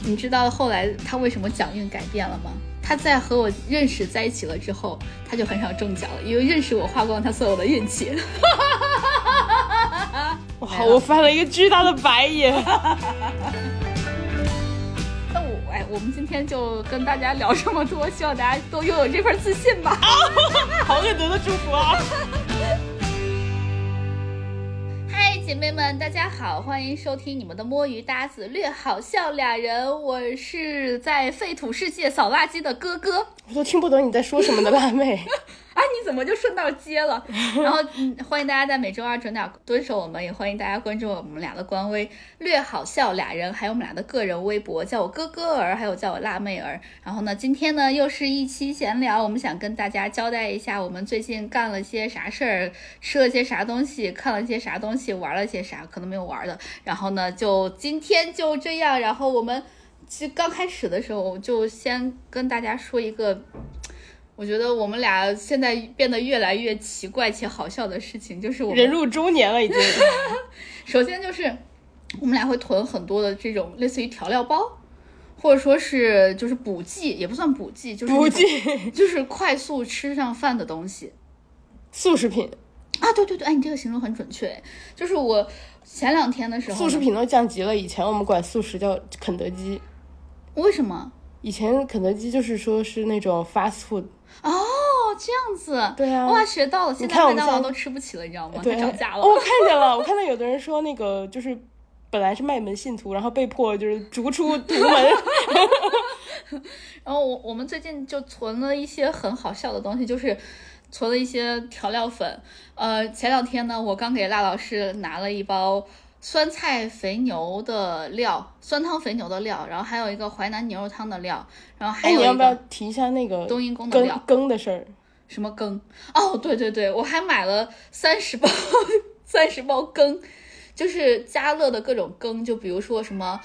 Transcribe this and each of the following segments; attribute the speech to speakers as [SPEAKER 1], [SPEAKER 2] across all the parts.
[SPEAKER 1] 你知道后来他为什么蒋韵改变了吗？他在和我认识在一起了之后，他就很少中奖了，因为认识我花光他所有的运气。
[SPEAKER 2] 哇，我翻了一个巨大的白 眼。
[SPEAKER 1] 那我哎，我们今天就跟大家聊这么多，希望大家都拥有这份自信吧。
[SPEAKER 2] 好狠毒的祝福啊！
[SPEAKER 1] 嗨，姐妹们，大家好，欢迎收听你们的摸鱼搭子略好笑俩人，我是在废土世界扫垃圾的哥哥。
[SPEAKER 2] 我都听不懂你在说什么的辣 妹。
[SPEAKER 1] 啊，你怎么就顺道接了？然后、嗯、欢迎大家在每周二准点蹲守我们，也欢迎大家关注我们俩的官微“略好笑俩人”，还有我们俩的个人微博，叫我哥哥儿，还有叫我辣妹儿。然后呢，今天呢又是一期闲聊，我们想跟大家交代一下我们最近干了些啥事儿，吃了些啥东西，看了些啥东西，玩了些啥，可能没有玩的。然后呢，就今天就这样。然后我们其实刚开始的时候，我就先跟大家说一个。我觉得我们俩现在变得越来越奇怪且好笑的事情，就是我
[SPEAKER 2] 人
[SPEAKER 1] 们
[SPEAKER 2] 入中年 了已经。
[SPEAKER 1] 首先就是我们俩会囤很多的这种类似于调料包，或者说是就是补剂，也不算补剂，就是那
[SPEAKER 2] 补
[SPEAKER 1] 种
[SPEAKER 2] 剂
[SPEAKER 1] 就是快速吃上饭的东西。
[SPEAKER 2] 速食品，
[SPEAKER 1] 啊，对对对，哎，你这个形容很准确。哎就是我前两天的时候，
[SPEAKER 2] 速食品都降级了。以前我们管速食叫肯德基，
[SPEAKER 1] 为什么？
[SPEAKER 2] 以前肯德基就是说是那种 fast food。
[SPEAKER 1] 哦，这样子，
[SPEAKER 2] 对啊
[SPEAKER 1] 哇，学到了。现在
[SPEAKER 2] 看我
[SPEAKER 1] 麦当
[SPEAKER 2] 们
[SPEAKER 1] 劳
[SPEAKER 2] 现在
[SPEAKER 1] 都吃不起了，你知道吗？
[SPEAKER 2] 对，
[SPEAKER 1] 它涨价了。
[SPEAKER 2] 哦我看见了，我看到有的人说那个就是本来是卖门信徒，然后被迫就是逐出独门。
[SPEAKER 1] 然后我我们最近就存了一些很好笑的东西，就是存了一些调料粉。呃，前两天呢，我刚给辣老师拿了一包酸菜肥牛的料，酸汤肥牛的料，然后还有一个淮南牛肉汤的料，然后还
[SPEAKER 2] 哎，
[SPEAKER 1] 有
[SPEAKER 2] 你
[SPEAKER 1] 一
[SPEAKER 2] 要不要
[SPEAKER 1] 个
[SPEAKER 2] 提一下那个
[SPEAKER 1] 冬阴功的
[SPEAKER 2] 羹
[SPEAKER 1] 料
[SPEAKER 2] 羹的事儿？
[SPEAKER 1] 什么羹？哦，对对对，我还买了三十包三十包羹，就是家乐的各种羹，就比如说什么。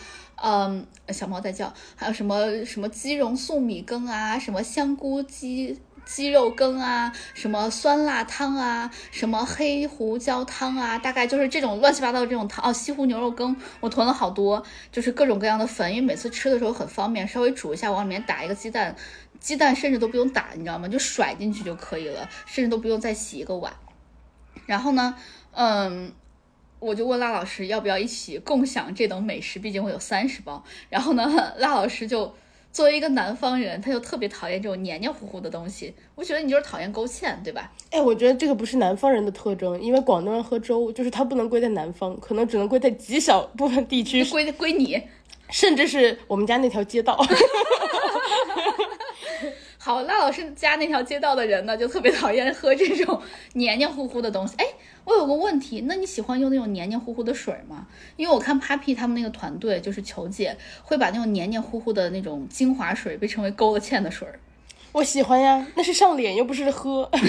[SPEAKER 1] 嗯，小猫在叫，还有什么什么鸡茸素米羹啊，什么香菇鸡鸡肉羹啊，什么酸辣汤啊，什么黑胡椒汤啊，大概就是这种乱七八糟的这种汤哦。西湖牛肉羹我囤了好多，就是各种各样的粉，因为每次吃的时候很方便，稍微煮一下，往里面打一个鸡蛋，鸡蛋甚至都不用打，你知道吗？就甩进去就可以了，甚至都不用再洗一个碗。然后呢，嗯，我就问辣老师要不要一起共享这等美食，毕竟我有三十包。然后呢，辣老师就作为一个南方人，他就特别讨厌这种黏黏糊糊的东西。我觉得你就是讨厌勾芡，对吧？
[SPEAKER 2] 哎，我觉得这个不是南方人的特征，因为广东人喝粥，就是它不能归在南方，可能只能归在极小部分地区
[SPEAKER 1] 就，归归你。
[SPEAKER 2] 甚至是我们家那条街道。
[SPEAKER 1] 好，辣老师家那条街道的人呢，就特别讨厌喝这种黏黏糊糊的东西。哎，我有个问题，那你喜欢用那种黏黏糊糊的水吗？因为我看 Papi 他们那个团队，就是球姐会把那种黏黏糊糊的那种精华水被称为勾了芡的水儿。
[SPEAKER 2] 我喜欢呀，那是上脸又不是喝。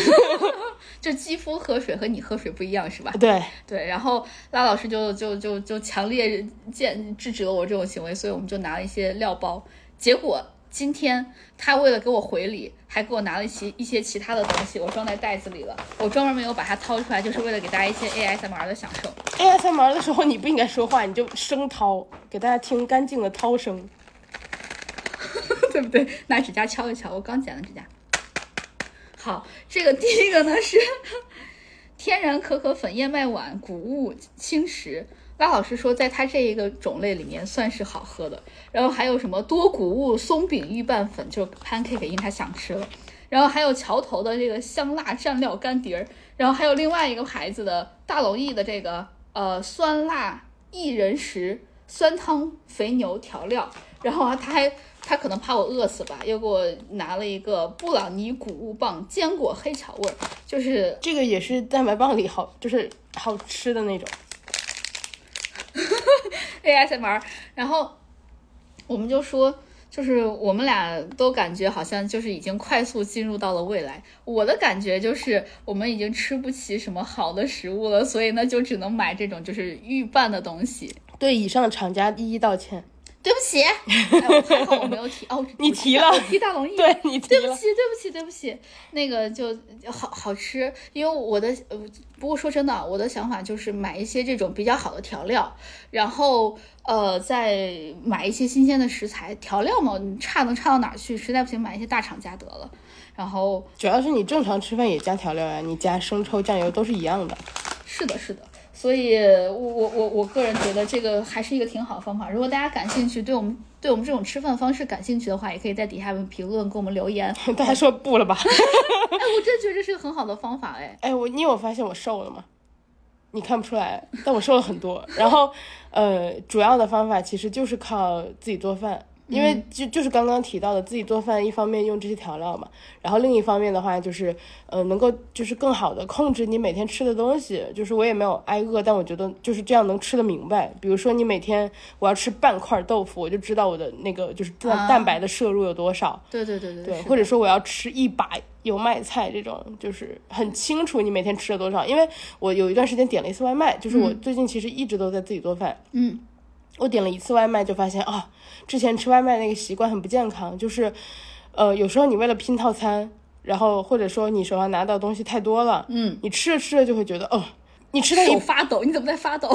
[SPEAKER 1] 就肌肤喝水和你喝水不一样是吧？
[SPEAKER 2] 对，
[SPEAKER 1] 对，然后拉老师就就就就强烈建制止了我这种行为，所以我们就拿了一些料包。结果今天他为了给我回礼，还给我拿了一些一些其他的东西，我装在袋子里了。我专门没有把它掏出来，就是为了给大家一些 ASMR 的享受。
[SPEAKER 2] ASMR 的时候你不应该说话，你就声掏，给大家听干净的掏声。
[SPEAKER 1] 对不对？拿指甲敲一敲，我刚剪了指甲。好，这个第一个呢是天然可可粉燕麦碗谷物轻食，拉老师说在它这一个种类里面算是好喝的。然后还有什么多谷物松饼预拌粉，就是 pancake，因为他想吃了。然后还有桥头的这个香辣蘸料干碟儿，然后还有另外一个牌子的大龙燚的这个呃酸辣薏仁食酸汤肥牛调料，然后啊他还他可能怕我饿死吧，又给我拿了一个布朗尼谷物棒坚果黑巧味儿，就是
[SPEAKER 2] 这个也是蛋白棒里好，就是好吃的那种。
[SPEAKER 1] ASMR，然后我们就说，就是我们俩都感觉好像就是已经快速进入到了未来。我的感觉就是我们已经吃不起什么好的食物了，所以呢就只能买这种就是预拌的东西。
[SPEAKER 2] 对以上厂家一一道歉。
[SPEAKER 1] 对不起，哎，我还好我没有提哦，
[SPEAKER 2] 你提了
[SPEAKER 1] 我提大龙
[SPEAKER 2] 对你提
[SPEAKER 1] 对不
[SPEAKER 2] 了
[SPEAKER 1] 起，对不起，对不起，那个就好好吃，因为我的呃，不过说真的，我的想法就是买一些这种比较好的调料，然后呃，再买一些新鲜的食材。调料嘛，你差能差到哪儿去？实在不行买一些大厂家得了。然后
[SPEAKER 2] 主要是你正常吃饭也加调料呀，你加生抽、酱油都是一样的。
[SPEAKER 1] 是的，是的。所以我，我我我个人觉得这个还是一个挺好的方法。如果大家感兴趣，对我们对我们这种吃饭方式感兴趣的话，也可以在底下评论给我们留言。
[SPEAKER 2] 大家说不了吧？
[SPEAKER 1] 哎，我真觉得这是个很好的方法哎。
[SPEAKER 2] 哎，我你有发现我瘦了吗？你看不出来，但我瘦了很多。然后，呃，主要的方法其实就是靠自己做饭，因为就就是刚刚提到的自己做饭，一方面用这些调料嘛，然后另一方面的话就是，呃，能够就是更好的控制你每天吃的东西。就是我也没有挨饿，但我觉得就是这样能吃得明白。比如说你每天我要吃半块豆腐，我就知道我的那个就是蛋
[SPEAKER 1] 啊
[SPEAKER 2] 蛋白的摄入有多少。
[SPEAKER 1] 对对对对
[SPEAKER 2] 对，
[SPEAKER 1] 对，
[SPEAKER 2] 或者说我要吃一把油麦菜这种，就是很清楚你每天吃了多少。因为我有一段时间点了一次外卖，就是我最近其实一直都在自己做饭。
[SPEAKER 1] 嗯，
[SPEAKER 2] 我点了一次外卖就发现啊，之前吃外卖那个习惯很不健康，就是，呃，有时候你为了拼套餐，然后或者说你手上拿到的东西太多了，
[SPEAKER 1] 嗯，
[SPEAKER 2] 你吃着吃着就会觉得哦。你吃到一
[SPEAKER 1] 手发抖，你怎么在发抖？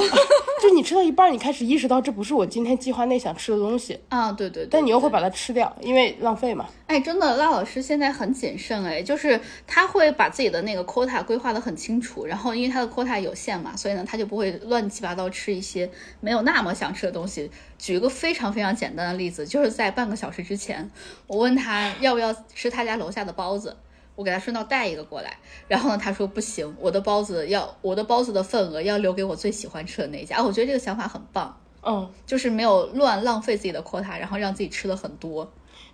[SPEAKER 2] 就你吃到一半儿，你开始意识到这不是我今天计划内想吃的东西，
[SPEAKER 1] 啊，对对对，
[SPEAKER 2] 但你又
[SPEAKER 1] 对
[SPEAKER 2] 会把它吃掉，因为浪费嘛。
[SPEAKER 1] 哎，真的，辣老师现在很谨慎哎，就是他会把自己的那个 quota 规划的很清楚，然后因为他的 quota 有限嘛，所以呢，他就不会乱七八糟吃一些没有那么想吃的东西。举一个非常非常简单的例子，就是在半个小时之前，我问他要不要吃他家楼下的包子。我给他顺道带一个过来，然后呢，他说不行，我的包子要我的包子的份额要留给我最喜欢吃的那一家。啊，我觉得这个想法很棒，
[SPEAKER 2] 嗯，
[SPEAKER 1] 就是没有乱浪费自己的 quota，然后让自己吃的很多。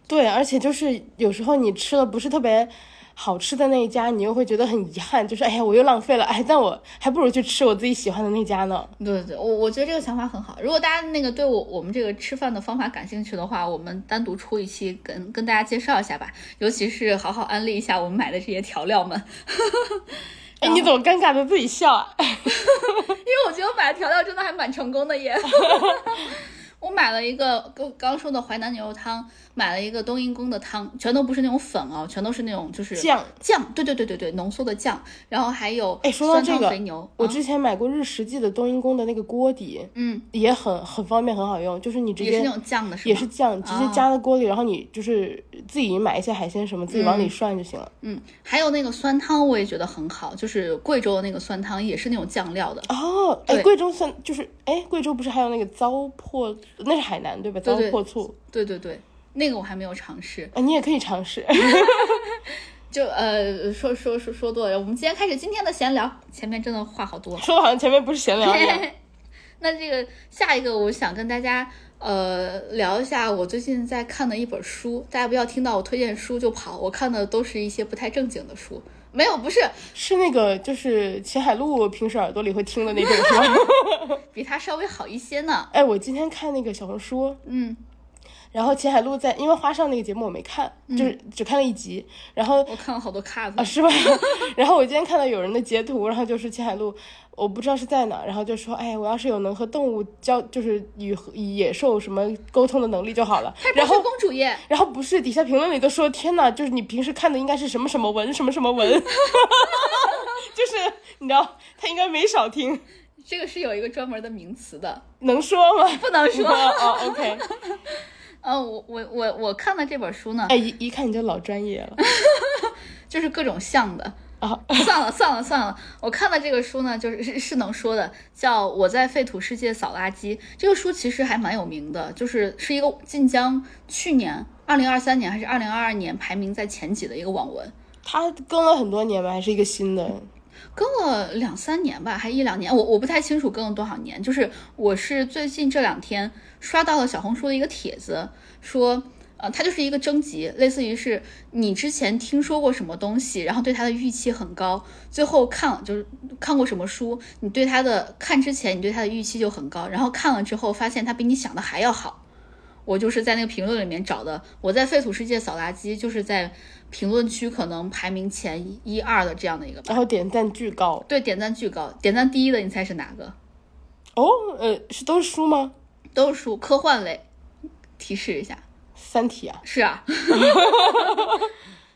[SPEAKER 2] 对，而且就是有时候你吃了不是特别好吃的那一家，你又会觉得很遗憾，就是哎呀，我又浪费了，哎，但我还不如去吃我自己喜欢的那家呢。
[SPEAKER 1] 对对对，我我觉得这个想法很好。如果大家那个对我我们这个吃饭的方法感兴趣的话，我们单独出一期跟跟大家介绍一下吧，尤其是好好安利一下我们买的这些调料们，
[SPEAKER 2] 哎，
[SPEAKER 1] 嗯
[SPEAKER 2] 你怎么尴尬的自己 笑啊？
[SPEAKER 1] 因为我觉得我买的调料真的还蛮成功的 耶。我买了一个刚刚说的淮南牛肉汤，买了一个冬阴功的汤，全都不是那种粉哦，全都是那种就是
[SPEAKER 2] 酱
[SPEAKER 1] 酱，对对对对对，浓缩的酱，然后还有
[SPEAKER 2] 哎，说到
[SPEAKER 1] 酸
[SPEAKER 2] 这
[SPEAKER 1] 汤
[SPEAKER 2] 个
[SPEAKER 1] 肥牛，，
[SPEAKER 2] 我
[SPEAKER 1] 啊
[SPEAKER 2] 之前买过日食记的冬阴功的那个锅底，
[SPEAKER 1] 嗯，
[SPEAKER 2] 也很很方便，很好用，就是你直
[SPEAKER 1] 也是哦
[SPEAKER 2] 接
[SPEAKER 1] 那种酱的是吗？
[SPEAKER 2] 也是酱，直接加到锅里，然后你就是自己买一些海鲜什么，自己往里涮就行了。
[SPEAKER 1] 嗯，还有那个酸汤，我也觉得很好，就是贵州的那个酸汤，也是那种酱料的。
[SPEAKER 2] 哦，哎，
[SPEAKER 1] 对
[SPEAKER 2] 贵州算就是哎，贵州不是还有那个糟粕，那是海南对吧？糟
[SPEAKER 1] 对
[SPEAKER 2] 粕醋，
[SPEAKER 1] 对对对，那个我还没有尝试。
[SPEAKER 2] 啊，你也可以尝试。
[SPEAKER 1] 就呃，说说说说多了，我们今天开始今天的闲聊，前面真的话好多。
[SPEAKER 2] 说的好啊像前面不是闲聊一样。
[SPEAKER 1] 那这个下一个，我想跟大家呃聊一下我最近在看的一本书。大家不要听到我推荐书就跑，我看的都是一些不太正经的书。没有，不是
[SPEAKER 2] 是那个，就是秦海璐平时耳朵里会听的那种，是 吧？
[SPEAKER 1] 比它稍微好一些呢。
[SPEAKER 2] 哎，我今天看那个小红书，
[SPEAKER 1] 嗯，
[SPEAKER 2] 然后秦海璐在，因为花少那个节目我没看，就是只看了一集，然后
[SPEAKER 1] 嗯我看了好多 cut，、
[SPEAKER 2] 啊，是吧？ 然后我今天看到有人的截图，然后就是秦海璐，我不知道是在哪儿，然后就说，哎，我要是有能和动物交，就是与和与野兽什么沟通的能力就好了
[SPEAKER 1] 它是。白
[SPEAKER 2] 然
[SPEAKER 1] 雪
[SPEAKER 2] 后
[SPEAKER 1] 公主耶。
[SPEAKER 2] 然后不是底下评论里都说，天哪，就是你平时看的应该是什么什么文什么什 么文， 就是你知道他应该没少听，
[SPEAKER 1] 这个是有一个专门的名词的，
[SPEAKER 2] 能说吗？
[SPEAKER 1] 不能说。
[SPEAKER 2] 哦，OK，
[SPEAKER 1] 呃，我我我我看的这本书呢，
[SPEAKER 2] 哎，一一看你就老专业了
[SPEAKER 1] 就是各种像的。
[SPEAKER 2] 啊！
[SPEAKER 1] 算了算了算了，我看的这个书呢，就是是是能说的，叫《我在废土世界扫垃圾》。这个书其实还蛮有名的，就是是一个晋江去年二零二三年还是二零二二年排名在前几的一个网文，
[SPEAKER 2] 他更了很多年吧，还是一个新的，
[SPEAKER 1] 更了两三年吧，还一两年，我我不太清楚更了多少年。就是我是最近这两天刷到了小红书的一个帖子，说，呃，它就是一个征集，类似于是你之前听说过什么东西，然后对它的预期很高，最后看就是看过什么书，你对它的看之前你对它的预期就很高，然后看了之后发现它比你想的还要好。我就是在那个评论里面找的，我在废土世界扫垃圾，就是在评论区可能排名前一一二的这样的一个吧
[SPEAKER 2] 然。后点赞巨高
[SPEAKER 1] 对，点赞巨高，点赞第一的你猜是哪个？
[SPEAKER 2] 哦，呃，是都是书吗？
[SPEAKER 1] 都是书，科幻类，提示一下。
[SPEAKER 2] 三体啊，
[SPEAKER 1] 是啊， 《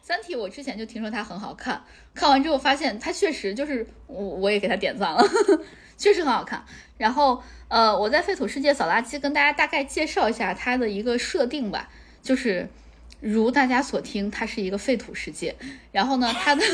[SPEAKER 1] 三体》我之前就听说它很好看，看完之后发现它确实就是我我也给它点赞了， 确实很好看。然后呃，我在废土世界扫垃圾跟大家大概介绍一下它的一个设定吧，就是。如大家所听，它是一个废土世界。然后呢，它的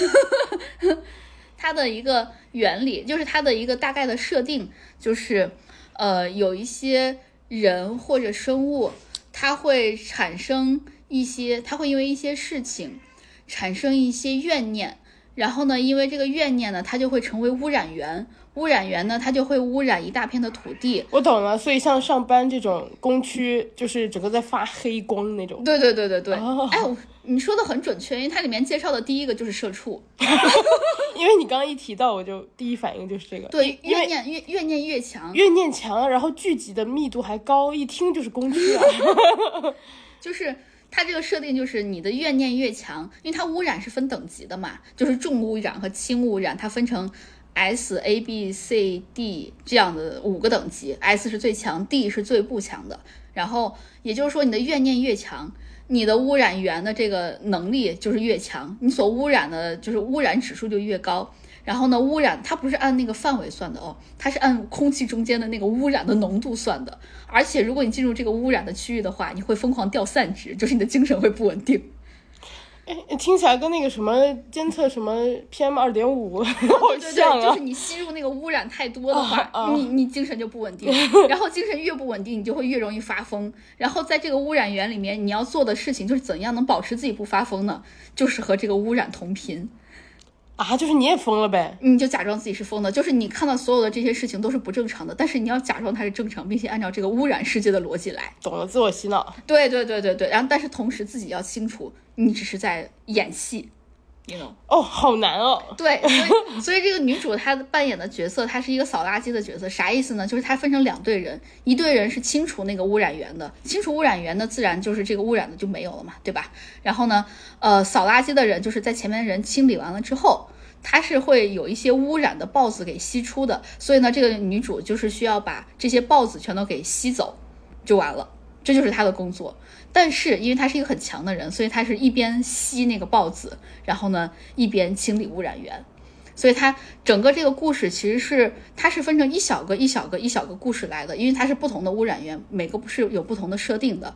[SPEAKER 1] 它的一个原理，就是它的一个大概的设定，就是呃，有一些人或者生物，它会产生一些，它会因为一些事情产生一些怨念，然后呢，因为这个怨念呢，它就会成为污染源，污染源呢，它就会污染一大片的土地，
[SPEAKER 2] 我懂了。所以像上班这种工区，就是整个在发黑光那种。
[SPEAKER 1] 对对对对对，
[SPEAKER 2] 哦
[SPEAKER 1] 哎，我你说的很准确，因为它里面介绍的第一个就是社畜，
[SPEAKER 2] 因为你刚刚一提到，我就第一反应就是这个。
[SPEAKER 1] 对，
[SPEAKER 2] 因
[SPEAKER 1] 怨
[SPEAKER 2] 为
[SPEAKER 1] 念越怨念越强，
[SPEAKER 2] 怨念强，然后聚集的密度还高，一听就是工区啊。
[SPEAKER 1] 就是它这个设定就是你的怨念越强，因为它污染是分等级的嘛，就是重污染和轻污染，它分成 S、A、B、C、D 这样的五个等级，S 是最强，D 是最不强的。然后也就是说，你的怨念越强，你的污染源的这个能力就是越强，你所污染的就是污染指数就越高。然后呢，污染它不是按那个范围算的哦，它是按空气中间的那个污染的浓度算的。而且如果你进入这个污染的区域的话，你会疯狂掉散值，就是你的精神会不稳定。
[SPEAKER 2] 哎听起来跟那个什么监测什么 PM 二 点五 好
[SPEAKER 1] 对对
[SPEAKER 2] 像
[SPEAKER 1] 对，就
[SPEAKER 2] 啊
[SPEAKER 1] 是。你吸入那个污染太多的话，
[SPEAKER 2] 啊啊
[SPEAKER 1] 你你精神就不 稳定，然后精神越不稳定，你就会越容易发疯。然后在这个污染源里面，你要做的事情就是怎样能保持自己不发疯呢？就是和这个污染同频，
[SPEAKER 2] 啊，就是你也疯了呗？
[SPEAKER 1] 你就假装自己是疯的，就是你看到所有的这些事情都是不正常的，但是你要假装它是正常，并且按照这个污染世界的逻辑来。
[SPEAKER 2] 懂了，自我洗脑。
[SPEAKER 1] 对对对对对，然后但是同时自己要清楚，你只是在演戏，you know。
[SPEAKER 2] 哦，好难哦。
[SPEAKER 1] 对，所以所以这个女主她扮演的角色，她是一个扫垃圾的角色，啥意思呢？就是她分成两队人，一队人是清除那个污染源的，清除污染源的自然就是这个污染的就没有了嘛，对吧？然后呢，呃，扫垃圾的人就是在前面的人清理完了之后。它是会有一些污染的孢子给吸出的，所以呢，这个女主就是需要把这些孢子全都给吸走，就完了，这就是她的工作。但是因为她是一个很强的人，所以她是一边吸那个孢子，然后呢一边清理污染源。所以它整个这个故事其实是它是分成一小个一小个一小个故事来的，因为它是不同的污染源，每个不是有不同的设定的。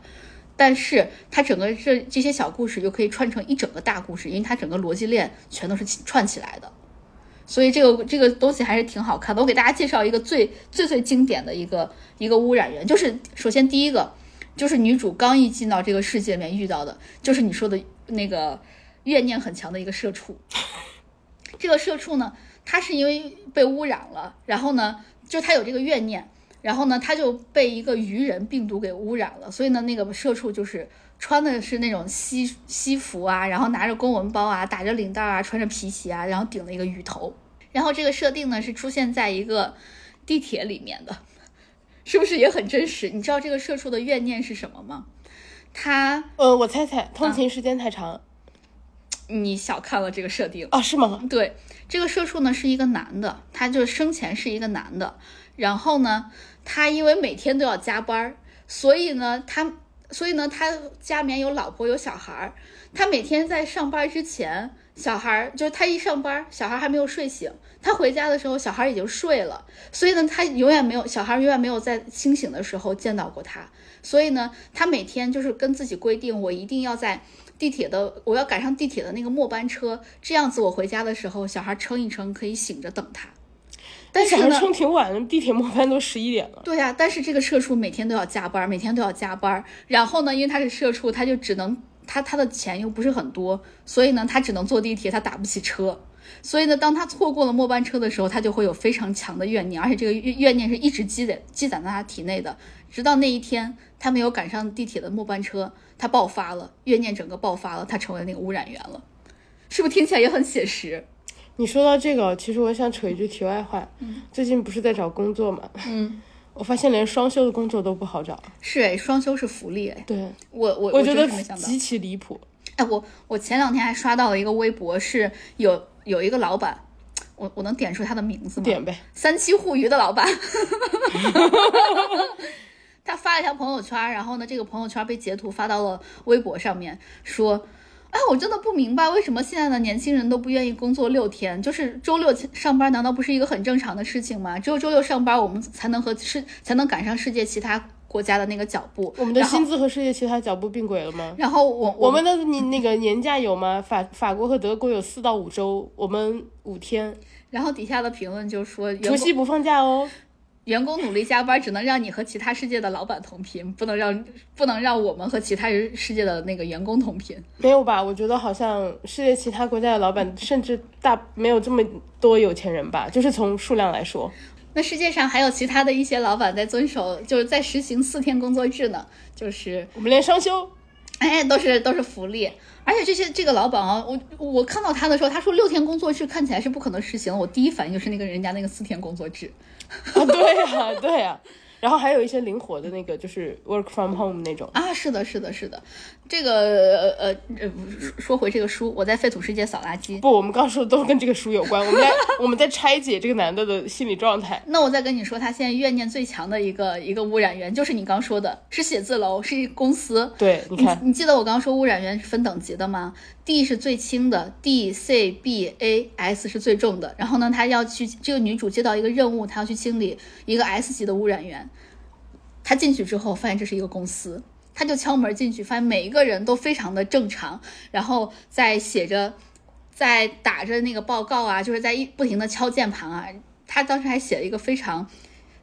[SPEAKER 1] 但是它整个这这些小故事又可以串成一整个大故事，因为它整个逻辑链全都是起串起来的。所以这个这个东西还是挺好看的。我给大家介绍一个最最最经典的一个一个污染源，就是首先第一个就是女主刚一进到这个世界里面遇到的，就是你说的那个怨念很强的一个社畜。这个社畜呢，他是因为被污染了，然后呢，就他有这个怨念，然后呢，他就被一个鱼人病毒给污染了，所以呢，那个社畜就是穿的是那种西西服啊，然后拿着公文包啊，打着领带啊，穿着皮鞋啊，然后顶了一个鱼头。然后这个设定呢是出现在一个地铁里面的，是不是也很真实？你知道这个社畜的怨念是什么吗？他，
[SPEAKER 2] 呃，我猜猜，通勤时间太长啊
[SPEAKER 1] 你小看了这个设定。
[SPEAKER 2] 是吗？
[SPEAKER 1] 对，这个社畜呢是一个男的，他就生前是一个男的，然后呢，他因为每天都要加班儿，所以呢，他所以呢，他家里面有老婆有小孩儿，他每天在上班之前，小孩儿就是他一上班，小孩儿还没有睡醒，他回家的时候，小孩儿已经睡了，所以呢，他永远没有小孩儿永远没有在清醒的时候见到过他，所以呢，他每天就是跟自己规定，我一定要在地铁的，我要赶上地铁的那个末班车，这样子我回家的时候，小孩撑一撑可以醒着等他。但是
[SPEAKER 2] 小孩
[SPEAKER 1] 呢，
[SPEAKER 2] 撑挺晚的，地铁末班都十一点了。
[SPEAKER 1] 对呀、但是这个社畜每天都要加班，每天都要加班。然后呢，因为他是社畜，他就只能他他的钱又不是很多，所以呢，他只能坐地铁，他打不起车。所以呢，当他错过了末班车的时候，他就会有非常强的怨念，而且这个怨怨念是一直积累积攒在他体内的，直到那一天他没有赶上地铁的末班车，他爆发了，怨念整个爆发了，他成为那个污染源了，是不是听起来也很写实？
[SPEAKER 2] 你说到这个，其实我想扯一句题外话。最近不是在找工作嘛？
[SPEAKER 1] 嗯，
[SPEAKER 2] 我发现连双休的工作都不好找。
[SPEAKER 1] 是哎，双休是福利哎，
[SPEAKER 2] 对，
[SPEAKER 1] 我我
[SPEAKER 2] 我觉
[SPEAKER 1] 真
[SPEAKER 2] 得
[SPEAKER 1] 是没想到。
[SPEAKER 2] 极其离谱。
[SPEAKER 1] 哎，我我前两天还刷到了一个微博，是有有一个老板，我我能点出他的
[SPEAKER 2] 嗯
[SPEAKER 1] 名字吗？
[SPEAKER 2] 点呗，
[SPEAKER 1] 三七互娱的老板，他发发一条朋友圈，然后呢，这个朋友圈被截图发到了微博上面，说。哎，我真的不明白为什么现在的年轻人都不愿意工作六天，就是周六上班，难道不是一个很正常的事情吗？只有周六上班，我们才能和世才能赶上世界其他国家的那个脚步。
[SPEAKER 2] 我们的
[SPEAKER 1] 然后
[SPEAKER 2] 薪资和世界其他脚步并轨了吗？
[SPEAKER 1] 然后我
[SPEAKER 2] 我们的你那个年假有吗？法法国和德国有四到五周，我们五天，
[SPEAKER 1] 然后底下的评论就说，员
[SPEAKER 2] 除
[SPEAKER 1] 工
[SPEAKER 2] 夕不放假哦。
[SPEAKER 1] 员工努力加班，只能让你和其他世界的老板同频，不能让不能让我们和其他人世界的那个员工同频。
[SPEAKER 2] 没有吧？我觉得好像世界其他国家的老板，甚至大没有这么多有钱人吧，就是从数量来说。
[SPEAKER 1] 那世界上还有其他的一些老板在遵守，就是在实行四天工作制呢，就是
[SPEAKER 2] 我们连双休，
[SPEAKER 1] 哎，都是都是福利。而且这些这个老板啊，我我看到他的时候，他说六天工作制看起来是不可能实行的，我第一反应就是那个人家那个四天工作制。
[SPEAKER 2] 啊，对呀、 对呀、然后还有一些灵活的那个，就是 work from home 那种。
[SPEAKER 1] 啊，是的，是的，是的，这个呃呃，说说回这个书，我在废土世界扫垃圾。
[SPEAKER 2] 不，我们刚说的都跟这个书有关。我们在 我们在拆解这个男的的心理状态。
[SPEAKER 1] 那我再跟你说，他现在怨念最强的一个一个污染源，就是你刚说的，是写字楼，是公司。
[SPEAKER 2] 对，你看，
[SPEAKER 1] 你你记得我刚说污染源是分等级的吗？D 是最轻的，D、C、B、A、S 是最重的。然后呢，她要去这个女主接到一个任务，她要去清理一个 S 级的污染源。她进去之后发现这是一个公司，她就敲门进去，发现每一个人都非常的正常，然后在写着，在打着那个报告啊，就是在一不停的敲键盘啊。她当时还写了一个非常。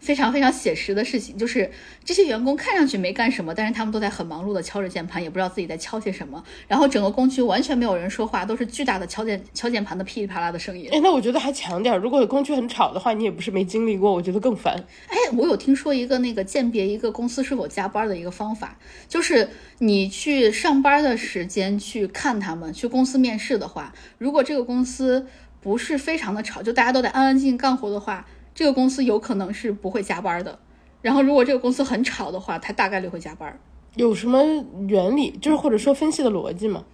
[SPEAKER 1] 非常非常写实的事情，就是这些员工看上去没干什么，但是他们都在很忙碌的敲着键盘，也不知道自己在敲些什么。然后整个工区完全没有人说话，都是巨大的敲键敲键盘的噼里啪啦的声音。
[SPEAKER 2] 哎，那我觉得还强点儿。如果工区很吵的话，你也不是没经历过，我觉得更烦。
[SPEAKER 1] 哎，我有听说一个那个鉴别一个公司是否加班的一个方法，就是你去上班的时间去看他们，去公司面试的话，如果这个公司不是非常的吵，就大家都得安安静静干活的话，这个公司有可能是不会加班的。然后如果这个公司很吵的话，它大概率会加班。
[SPEAKER 2] 有什么原理，就是或者说分析的逻辑嘛？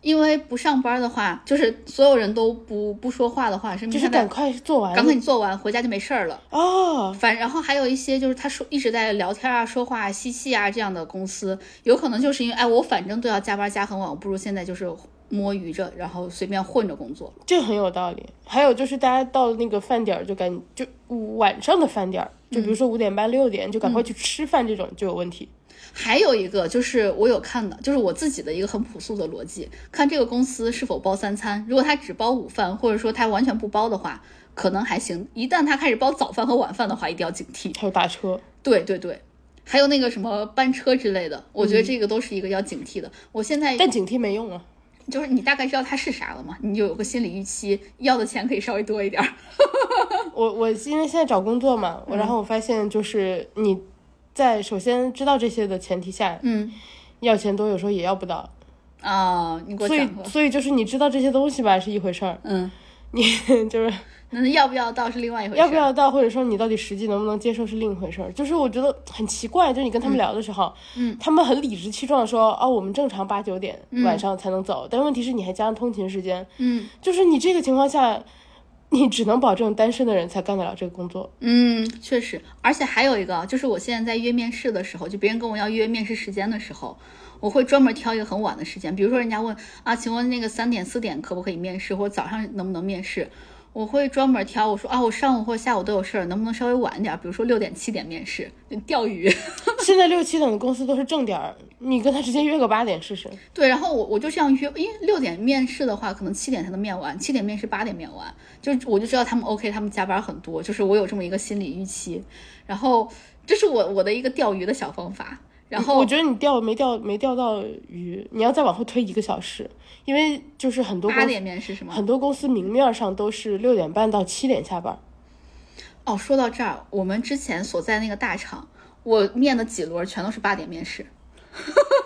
[SPEAKER 1] 因为不上班的话，就是所有人都不不说嗯话的话，是
[SPEAKER 2] 就是赶快做完。
[SPEAKER 1] 赶快你做完，回家就没事儿了。
[SPEAKER 2] 哦，
[SPEAKER 1] 反然后还有一哎些就是他说一直在聊天啊、说话啊、嬉戏啊这样的公司，有可能就是因为哎，我反正都要加班加很晚，我不如现在就是摸鱼着，然后随便混着工作。
[SPEAKER 2] 这个很有道理。还有就是大家到那个饭点儿就赶就晚上的饭点儿，就比如说五点半六点就赶快去吃饭，这种就有问题。
[SPEAKER 1] 还有一个就是我有看的，就是我自己的一个很朴素的逻辑，看这个公司是否包三餐。如果他只包午饭，或者说他完全不包的话，可能还行；一旦他开始包早饭和晚饭的话，一定要警惕。
[SPEAKER 2] 还有打车，
[SPEAKER 1] 对对对。还有那个什么班车之类的，我觉得这个都是一个要警惕的。我现在
[SPEAKER 2] 但警惕没用啊。
[SPEAKER 1] 就是你大概知道它是啥了嘛，你就有个心理预期，要的钱可以稍微多一 点儿。
[SPEAKER 2] 我我因为现在找工作嘛，我然后我发现就是你在首先知道这些的前提下，
[SPEAKER 1] 嗯，
[SPEAKER 2] 要钱多有时候也要不到，
[SPEAKER 1] 啊、你给我
[SPEAKER 2] 所以
[SPEAKER 1] 讲过，
[SPEAKER 2] 所以就是你知道这些东西吧是一回事儿，
[SPEAKER 1] 嗯，
[SPEAKER 2] 你就是
[SPEAKER 1] 那要不要到是另外一回事。
[SPEAKER 2] 要不？要到，或者说你到底实际能不能接受是另一回事儿。就是我觉得很奇怪，就是你跟他们聊的时候，
[SPEAKER 1] 嗯，
[SPEAKER 2] 他们很理直气壮地说，哦，我们正常八九点晚上才能走，但问题是你还加上通勤时间，
[SPEAKER 1] 嗯
[SPEAKER 2] 就是你这个情况下，你只能保证单身的人才干得了这个工 作。
[SPEAKER 1] 嗯，确实，而且还有一个啊，就是我现在在约面试的时候，就别人跟我要约面试时间的时候，我会专门挑一个很晚的时间，比如说人家问啊，请问那个三点四点可不可以面试，或者早上能不能面试？我会专门挑，我说啊，我上午或下午都有事儿，能不能稍微晚一点？比如说六点七点面试，就钓鱼。
[SPEAKER 2] 现在六七点的公司都是正点儿，你跟他直接约个八点试试。
[SPEAKER 1] 对，然后我我就这样约，因为六点面试的话，可能七点才能面完，七点面试八点面完，就我就知道他们 OK，他们加班很多，就是我有这么一个心理预期，然后这是我我的一个钓鱼的小方法， 然后
[SPEAKER 2] 我觉得你钓没钓没钓到鱼，你要再往后推一个小时，因为就是很多
[SPEAKER 1] 八
[SPEAKER 2] 公司
[SPEAKER 1] 点面试是吗？
[SPEAKER 2] 很多公司明面上都是六点半到七点下班。
[SPEAKER 1] 哦，说到这儿，我们之前所在那个大厂，我面的几轮全都是八点面试，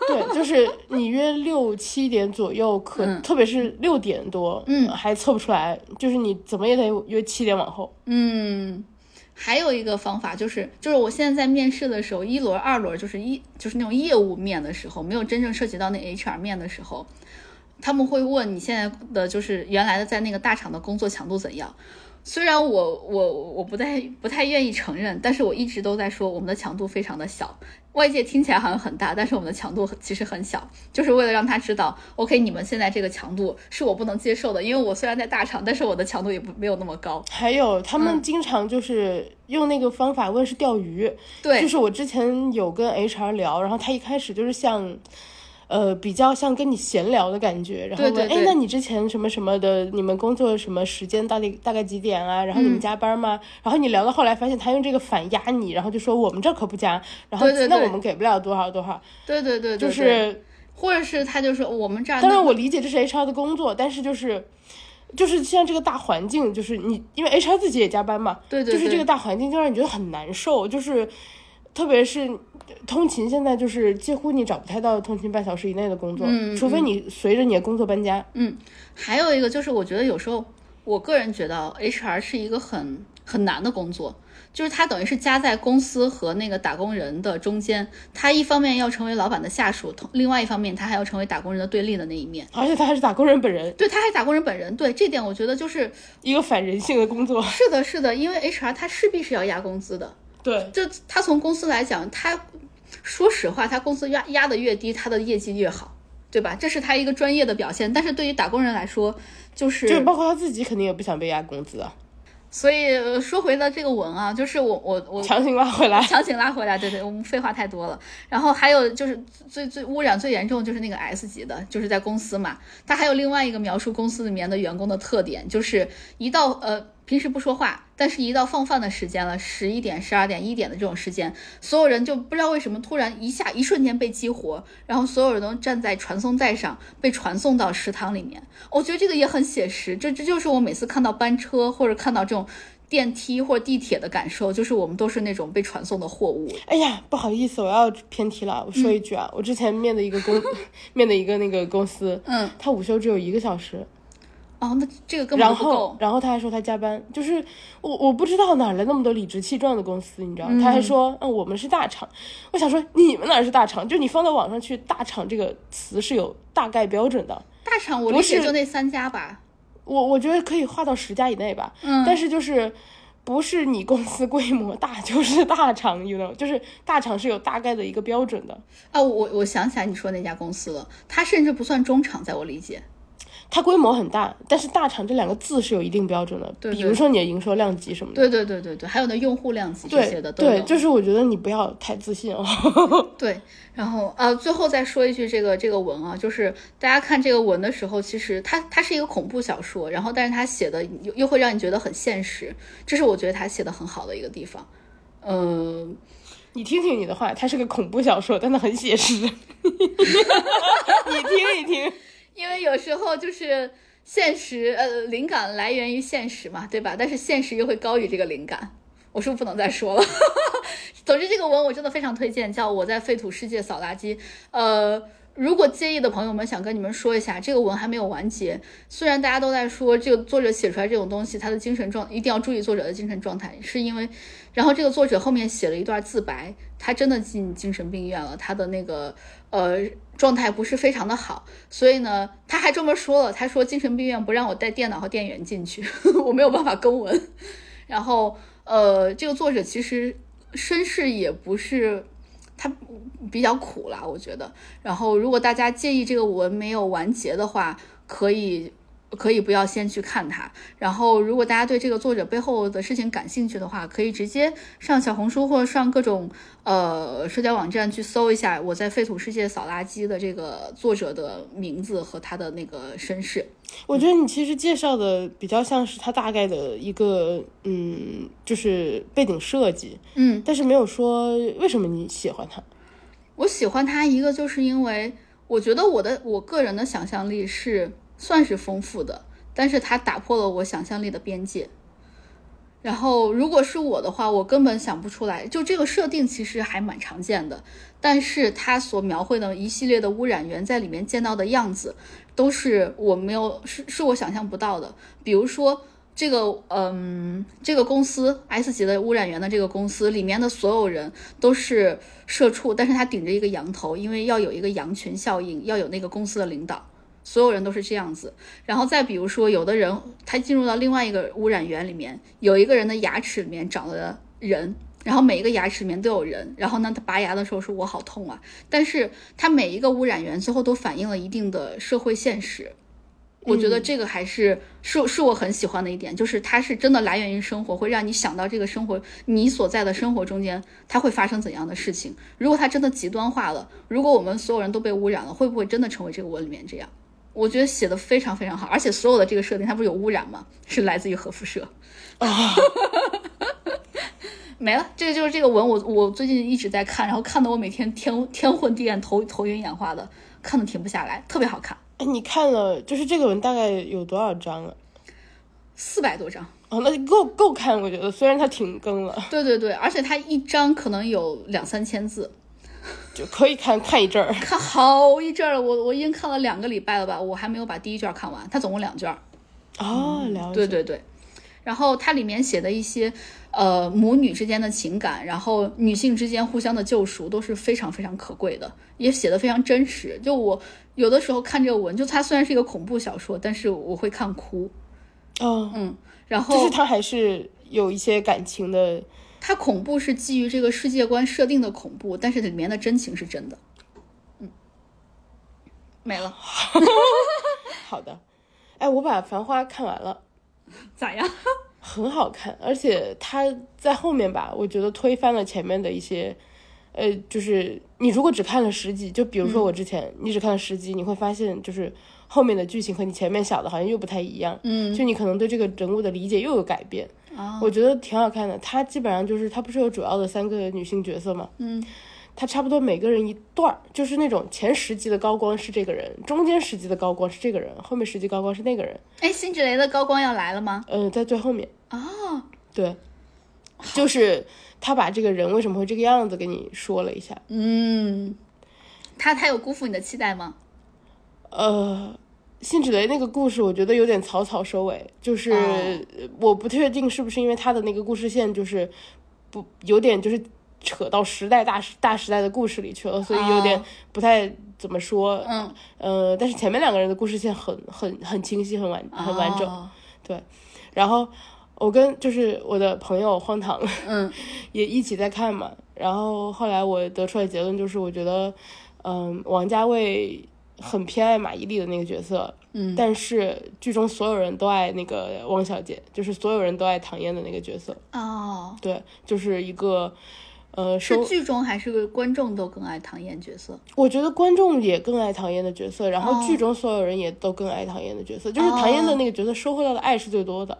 [SPEAKER 2] 对，就是你约六七点左右可，特别是六点多，
[SPEAKER 1] 嗯
[SPEAKER 2] 还测不出来，就是你怎么也得约七点往后。
[SPEAKER 1] 嗯。还有一个方法就是，就是我现在在面试的时候，一轮、二轮就是一就是那种业务面的时候，没有真正涉及到那 HR 面的时候，他们会问你现在的就是原来的在那个大厂的工作强度怎样。虽然我我我不太不太愿意承认，但是我一直都在说我们的强度非常的小。外界听起来好像很大，但是我们的强度其实很小，就是为了让他知道，OK，你们现在这个强度是我不能接受的，因为我虽然在大厂，但是我的强度也不没有那么高。
[SPEAKER 2] 还有他
[SPEAKER 1] 嗯
[SPEAKER 2] 们经常就是用那个方法问是钓鱼，
[SPEAKER 1] 对
[SPEAKER 2] 就是我之前有跟 HR 聊，然后他一开始就是像。呃，比较像跟你闲聊的感觉，然后
[SPEAKER 1] 对
[SPEAKER 2] 问，
[SPEAKER 1] 对
[SPEAKER 2] 哎
[SPEAKER 1] 对，
[SPEAKER 2] 那你之前什么什么的，你们工作什么时间到底大概几点啊？然后你
[SPEAKER 1] 嗯
[SPEAKER 2] 们加班吗？然后你聊到后来发现他用这个反压你，然后就说我们这儿可不加，然后
[SPEAKER 1] 对对对
[SPEAKER 2] 那我们给不了多少多少，
[SPEAKER 1] 对对对对
[SPEAKER 2] 就
[SPEAKER 1] 对
[SPEAKER 2] 是
[SPEAKER 1] 或者是他就说我们这儿
[SPEAKER 2] 当然
[SPEAKER 1] 弄
[SPEAKER 2] 我理解这是 HR 的工作，但是就是。就是现在这个大环境，就是你因为 HR 自己也加班嘛，
[SPEAKER 1] 对对
[SPEAKER 2] 就是
[SPEAKER 1] 对
[SPEAKER 2] 这个大环境就让你觉得很难受，就是特别是通勤现在就是几乎你找不太到通勤半小时以内的工作，除非你随着你的工作搬家。
[SPEAKER 1] 还有一个就是，我觉得有时候我个人觉得 HR 是一个很很难的工作，就是它等于是夹在公司和那个打工人的中间，他一方面要成为老板的下属，同另外一方面他还要成为打工人的对立的那一面。
[SPEAKER 2] 而且他还是打工人本人，
[SPEAKER 1] 对，他还是打工人本人，对这点我觉得就是
[SPEAKER 2] 一个反人性的工作。
[SPEAKER 1] 是的，是的，因为 HR 他势必是要压工资的，
[SPEAKER 2] 对，
[SPEAKER 1] 就他从公司来讲，他说实话，他工资压压的越低，他的业绩越好，对吧？这是他一个专业的表现，但是对于打工人来说，就是
[SPEAKER 2] 就是包括他自己肯定也不想被压工资啊，
[SPEAKER 1] 所以呃说回了这个文啊，就是我我我
[SPEAKER 2] 强行拉回来。
[SPEAKER 1] 强行拉回来，对对，我们废话太多了。然后还有就是最最污染最严重就是那个 S 级的，就是在公司嘛。它还有另外一个描述公司里面的员工的特点，就是一到呃平时不说话，但是一到放饭的时间了，十一点、十二点、一点的这种时间，所有人就不知道为什么突然一下一瞬间被激活，然后所有人都站在传送带上被传送到食堂里面。我觉得这个也很写实，这这就是我每次看到班车或者看到这种。电梯或者地铁的感受，就是我们都是那种被传送的货物。
[SPEAKER 2] 哎呀，不好意思，我要偏题了。我说一句啊，我之前面的一个公， 面的一个那个公司，
[SPEAKER 1] 嗯，
[SPEAKER 2] 他午休只有一个小时，
[SPEAKER 1] 哦，那这个根本
[SPEAKER 2] 然
[SPEAKER 1] 就不
[SPEAKER 2] 后
[SPEAKER 1] 够。
[SPEAKER 2] 然后他还说他加班，就是我我不知道哪来那么多理直气壮的公司，你知道？吗？他还说，嗯，我们是大厂。我想说你们哪是大厂？就你放到网上去，大厂这个词是有大概标准的。
[SPEAKER 1] 大厂我
[SPEAKER 2] 不
[SPEAKER 1] 理解
[SPEAKER 2] 是
[SPEAKER 1] 就那三家吧。
[SPEAKER 2] 我我觉得可以划到十家以内吧。
[SPEAKER 1] 嗯
[SPEAKER 2] 但是就是不是你公司规模大就是大厂，you know，就是大厂是有大概的一个标准的。
[SPEAKER 1] 啊，我我想起来你说那家公司了，它甚至不算中厂，在我理解。
[SPEAKER 2] 它规模很大，但是大厂这两个字是有一定标准的，
[SPEAKER 1] 对对
[SPEAKER 2] 比如说你的营收量级什么的。
[SPEAKER 1] 对对对对对，还有那用户量级这些
[SPEAKER 2] 对
[SPEAKER 1] 的都有。
[SPEAKER 2] 嗯对，就是我觉得你不要太自信哦。
[SPEAKER 1] 对，然后呃，最后再说一句这个这个文啊，就是大家看这个文的时候，其实它它是一个恐怖小说，然后但是它写的又又会让你觉得很现实，这是我觉得它写的很好的一个地方。呃，
[SPEAKER 2] 你听听你的话，它是个恐怖小说，但它很写实。 你听一听，
[SPEAKER 1] 因为有时候就是现实，呃，灵感来源于现实嘛，对吧？但是现实又会高于这个灵感。我是不是不能再说了？ 总之，这个文我真的非常推荐，叫《我在废土世界扫垃圾》。呃，如果介意的朋友们，想跟你们说一下，这个文还没有完结。虽然大家都在说这个作者写出来这种东西，他的精神状一定要注意作者的精神状态，是因为，然后这个作者后面写了一段自白，他真的进精神病院了，他的那个呃状态不是非常的好，所以呢，他还专门说了，他说精神病院不让我带电脑和电源进去， 我没有办法更文。然后呃，这个作者其实身世也不是。他比较苦啦，我觉得。然后，如果大家介意这个文没有完结的话，可以可以不要先去看它。然后，如果大家对这个作者背后的事情感兴趣的话，可以直接上小红书或者上各种呃社交网站去搜一下我在废土世界扫垃圾的这个作者的名字和他的那个身世。
[SPEAKER 2] 我觉得你其实介绍的比较像是它大概的一个，嗯，就是背景设计，
[SPEAKER 1] 嗯，
[SPEAKER 2] 但是没有说为什么你喜欢它。
[SPEAKER 1] 我喜欢他一个就是因为我觉得我的我个人的想象力是算是丰富的，但是它打破了我想象力的边界。然后，如果是我的话，我根本想不出来。就这个设定其实还蛮常见的，但是它所描绘的一系列的污染源在里面见到的样子，都是我没有是是我想象不到的。比如说这个嗯，这个公司 S 级的污染源的这个公司里面的所有人都是社畜，但是他顶着一个羊头，因为要有一个羊群效应，要有那个公司的领导。所有人都是这样子。然后再比如说，有的人他进入到另外一个污染源里面，有一个人的牙齿里面长了人，然后每一个牙齿里面都有人，然后呢，他拔牙的时候说我好痛啊，但是他每一个污染源最后都反映了一定的社会现实。我觉得这个还是是是我很喜欢的一点，就是它是真的来源于生活，会让你想到这个生活，你所在的生活中间它会发生怎样的事情。如果它真的极端化了，如果我们所有人都被污染了，会不会真的成为这个文里面这样？我觉得写的非常非常好，而且所有的这个设定，它不是有污染吗？是来自于核辐射。没了，这个就是这个文我，我最近一直在看，然后看的我每天天天昏地暗、头头晕眼花的，看的停不下来，特别好看，
[SPEAKER 2] 哎，你看了就是这个文大概有多少章啊？
[SPEAKER 1] 四百多章。
[SPEAKER 2] 哦，那就够够看，我觉得虽然它停更了，
[SPEAKER 1] 对对对，而且它一张可能有两三千字，
[SPEAKER 2] 就可以看看一阵儿。
[SPEAKER 1] 看好一阵儿了。我我已经看了两个礼拜了吧，我还没有把第一卷看完。它总共两卷儿，
[SPEAKER 2] 哦，了解。
[SPEAKER 1] 嗯对对对。然后它里面写的一些，呃，母女之间的情感，然后女性之间互相的救赎，都是非常非常可贵的，也写的非常真实。就我有的时候看这个文，就它虽然是一个恐怖小说，但是我会看哭。
[SPEAKER 2] 哦，
[SPEAKER 1] 嗯，然后
[SPEAKER 2] 就是它还是有一些感情的。
[SPEAKER 1] 它恐怖是基于这个世界观设定的恐怖，但是里面的真情是真的。嗯，没了，
[SPEAKER 2] 好的，哎，我把《繁花》看完了，
[SPEAKER 1] 咋样？
[SPEAKER 2] 很好看，而且它在后面吧，我觉得推翻了前面的一些。呃，就是你如果只看了十集，就比如
[SPEAKER 1] 嗯
[SPEAKER 2] 说我之前、你只看了十集，你会发现就是后面的剧情和你前面想的好像又不太一样，
[SPEAKER 1] 嗯，
[SPEAKER 2] 就你可能对这个人物的理解又有改变。
[SPEAKER 1] 啊
[SPEAKER 2] 我觉得挺好看的。它基本上就是它不是有主要的三个女性角色嘛，
[SPEAKER 1] 嗯，
[SPEAKER 2] 它差不多每个人一段儿，就是那种前十集的高光是这个人，中间十集的高光是这个人，后面十集高光是那个人，
[SPEAKER 1] 哎，辛芷蕾的高光要来了吗？
[SPEAKER 2] 呃，在最后面，
[SPEAKER 1] 哦，
[SPEAKER 2] 对，就是他把这个人为什么会这个样子给你说了一下，
[SPEAKER 1] 嗯，他他有辜负你的期待吗？
[SPEAKER 2] 呃，辛芷蕾那个故事，我觉得有点草草收尾，就是、
[SPEAKER 1] 哦
[SPEAKER 2] 我不确定是不是因为她的那个故事线就是不有点就是扯到时代大时大时代的故事里去了，所以有点
[SPEAKER 1] 哦
[SPEAKER 2] 不太怎么说。
[SPEAKER 1] 嗯，
[SPEAKER 2] 呃，但是前面两个人的故事线很很很清晰，很完很完整。
[SPEAKER 1] 哦
[SPEAKER 2] 然后我跟就是我的朋友荒唐，
[SPEAKER 1] 嗯，
[SPEAKER 2] 也一起在看嘛。然后后来我得出来结论就是，我觉得，嗯，王家卫很偏爱马伊琍的那个角色，
[SPEAKER 1] 嗯，
[SPEAKER 2] 但是剧中所有人都爱那个汪小姐，就是所有人都爱唐嫣的那个角色，
[SPEAKER 1] 哦，
[SPEAKER 2] 对，就是一个，呃，
[SPEAKER 1] 是
[SPEAKER 2] 收
[SPEAKER 1] 剧中还是观众都更爱唐嫣角色？
[SPEAKER 2] 我觉得观众也更爱唐嫣的角色，然后
[SPEAKER 1] 哦
[SPEAKER 2] 剧中所有人也都更爱唐嫣的角色，就是唐嫣的那个角色收获到的爱是最多的。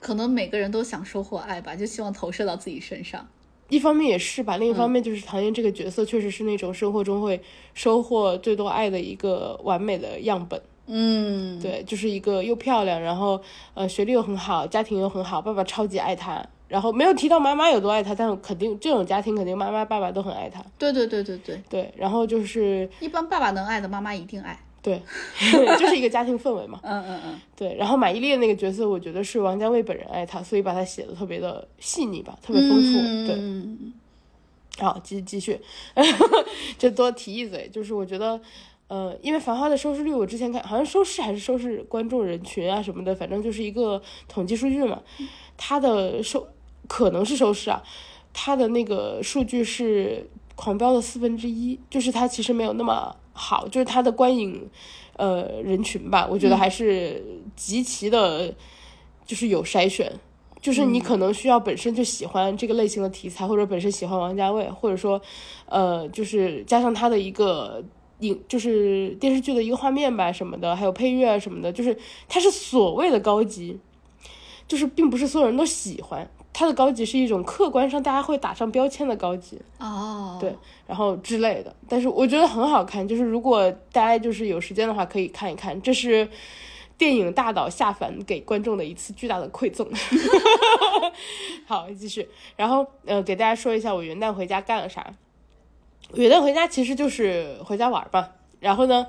[SPEAKER 1] 可能每个人都想收获爱吧，就希望投射到自己身上。
[SPEAKER 2] 一方面也是吧，另一方面就是唐嫣这个角色确实是那种生活中会收获最多爱的一个完美的样本。
[SPEAKER 1] 嗯，
[SPEAKER 2] 对，就是一个又漂亮，然后呃学历又很好，家庭又很好，爸爸超级爱她。然后没有提到妈妈有多爱她，但肯定这种家庭肯定妈妈爸爸都很爱她。
[SPEAKER 1] 对对对对对，
[SPEAKER 2] 对，然后就是
[SPEAKER 1] 一般爸爸能爱的，妈妈一定爱。
[SPEAKER 2] 对， 就是一个家庭氛围嘛。
[SPEAKER 1] 嗯嗯嗯，
[SPEAKER 2] 对，然后马伊琍的那个角色，我觉得是王家卫本人爱她，所以把她写的特别的细腻吧，特别丰富。对，
[SPEAKER 1] 嗯
[SPEAKER 2] 好，哦继继续， 就多提一嘴，就是我觉得，呃，因为《繁花》的收视率，我之前看好像收视还是收视观众人群啊什么的，反正就是一个统计数据嘛，它的收可能是收视啊，它的那个数据是《狂飙》的四分之一，就是它其实没有那么好，就是它的观影呃人群吧，我觉得还是极其的，就是有筛选。就是你可能需要本身就喜欢这个类型的题材，或者本身喜欢王家卫，或者说，呃，就是加上他的一个影，就是电视剧的一个画面吧什么的，还有配乐啊什么的，就是它是所谓的高级，就是并不是所有人都喜欢。它的高级是一种客观上大家会打上标签的高级，
[SPEAKER 1] 哦，
[SPEAKER 2] 对，然后之类的。但是我觉得很好看，就是如果大家就是有时间的话，可以看一看。这是电影大导下凡给观众的一次巨大的馈赠。 好，继续。然后呃，给大家说一下我元旦回家干了啥。元旦回家其实就是回家玩儿吧。然后呢，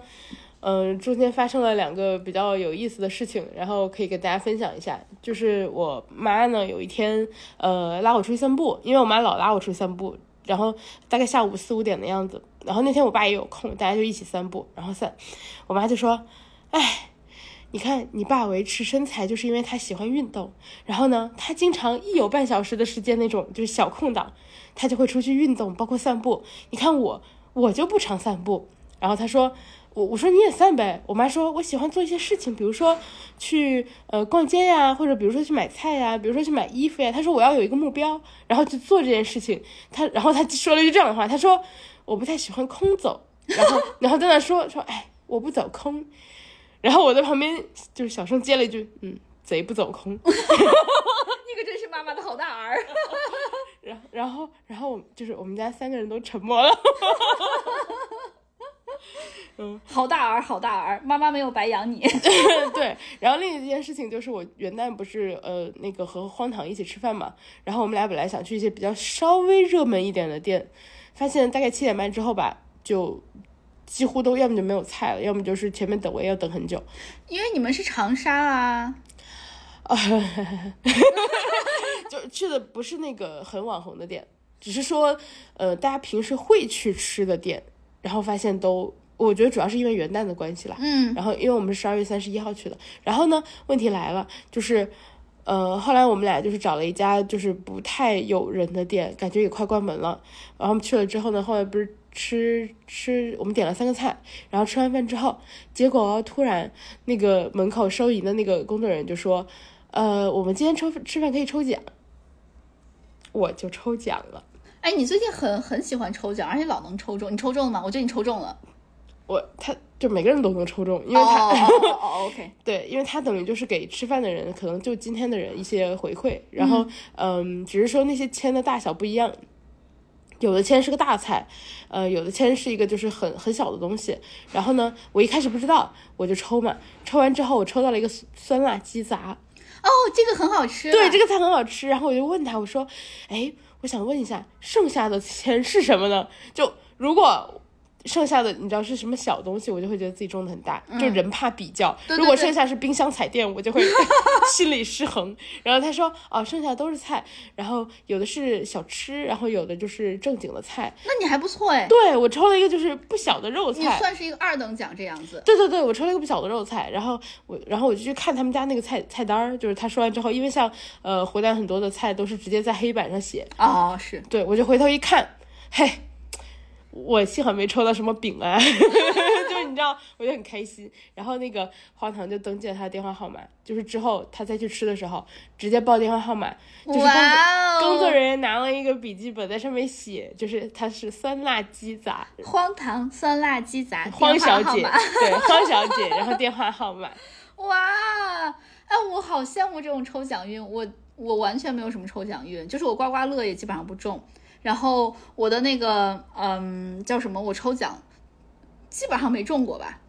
[SPEAKER 2] 嗯、中间发生了两个比较有意思的事情，然后可以跟大家分享一下。就是我妈呢，有一天呃拉我出去散步，因为我妈老拉我出去散步，然后大概下午四五点的样子，然后那天我爸也有空，大家就一起散步，然后散，我妈就说，哎。你看，你爸维持身材就是因为他喜欢运动。然后呢，他经常一有半小时的时间那种就是小空档，他就会出去运动，包括散步。你看我，我就不常散步。然后他说，我我说你也散呗。我妈说，我喜欢做一些事情，比如说去呃逛街呀、或者比如说去买菜呀、比如说去买衣服呀、她说我要有一个目标，然后去做这件事情。她然后她说了一句这样的话，她说我不太喜欢空走。然后然后在那说说，哎，我不走空。然后我在旁边就是小声接了一句，嗯，贼不走空。
[SPEAKER 1] 那个真是妈妈的好大儿。
[SPEAKER 2] 然后然后然后我们就是我们家三个人都沉默了。
[SPEAKER 1] 好大儿，好大儿，妈妈没有白养你。
[SPEAKER 2] 对，然后另一件事情就是我元旦不是呃那个和荒唐一起吃饭嘛，然后我们俩本来想去一些比较稍微热门一点的店，发现大概七点半之后吧，就几乎都要么就没有菜了，要么就是前面等位要等很久。
[SPEAKER 1] 因为你们是长沙啊，
[SPEAKER 2] 就去的不是那个很网红的店，只是说，呃，大家平时会去吃的店，然后发现都，我觉得主要是因为元旦的关系啦。
[SPEAKER 1] 嗯，
[SPEAKER 2] 然后因为我们是十二月三十一号去的，然后呢，问题来了，就是，呃，后来我们俩就是找了一家就是不太有人的店，感觉也快关门了，然后我们去了之后呢，后来不是。吃吃，我们点了三个菜，然后吃完饭之后，结果突然那个门口收银的那个工作人员就说：“呃，我们今天抽吃饭可以抽奖。”我就抽奖了。
[SPEAKER 1] 哎，你最近很很喜欢抽奖，而且老能抽中。你抽中了吗？我觉得你抽中了。
[SPEAKER 2] 我他就每个人都能抽中，因
[SPEAKER 1] 哦
[SPEAKER 2] 为他、
[SPEAKER 1] 哦哦哦哦，OK。
[SPEAKER 2] 对，因为他等于就是给吃饭的人，可能就今天的人一些回馈，然后嗯只是说那些签的大小不一样。有的签是个大菜，呃，有的签是一个就是很很小的东西。然后呢，我一开始不知道，我就抽嘛，抽完之后我抽到了一个酸酸辣鸡杂，
[SPEAKER 1] 哦，这个很好吃。
[SPEAKER 2] 对，这个菜很好吃。然后我就问他，我说，哎，我想问一下，剩下的钱是什么呢？就如果剩下的你知道是什么小东西，我就会觉得自己中的很大，就人怕比较。
[SPEAKER 1] 嗯对对
[SPEAKER 2] 如果
[SPEAKER 1] 对
[SPEAKER 2] 剩下是冰箱彩电，我 就会心理失衡。然后他说，哦，剩下都是菜，然后有的是小吃，然后有的就是正经的菜。
[SPEAKER 1] 那你还不错哎，
[SPEAKER 2] 对我抽了一个就是不小的肉
[SPEAKER 1] 你
[SPEAKER 2] 菜。
[SPEAKER 1] 算是一个二等奖这样子。
[SPEAKER 2] 对对对，我抽了一个不小的肉菜，然后我然后我就去看他们家那个菜菜单儿，就是他说完之后，因为像呃湖南很多的菜都是直接在黑板上写，
[SPEAKER 1] 哦，是。
[SPEAKER 2] 对我就回头一看，嘿，我幸好没抽到什么饼啊， 就是你知道，我就很开心。然后那个荒唐就登记了他的电话号码，就是之后他再去吃的时候，直接报电话号码，就是工作、
[SPEAKER 1] 哇哦
[SPEAKER 2] 工作人员拿了一个笔记本在上面写，就是他是酸辣鸡杂。
[SPEAKER 1] 荒唐酸辣鸡杂，
[SPEAKER 2] 荒
[SPEAKER 1] 电话
[SPEAKER 2] 小
[SPEAKER 1] 号
[SPEAKER 2] 姐，
[SPEAKER 1] 码
[SPEAKER 2] 对，荒小姐，然后电话号码，
[SPEAKER 1] 哇，哎，我好羡慕这种抽奖运，我我完全没有什么抽奖运，就是我刮刮乐也基本上不中，然后我的那个嗯叫什么，我抽奖基本上没中过 吧。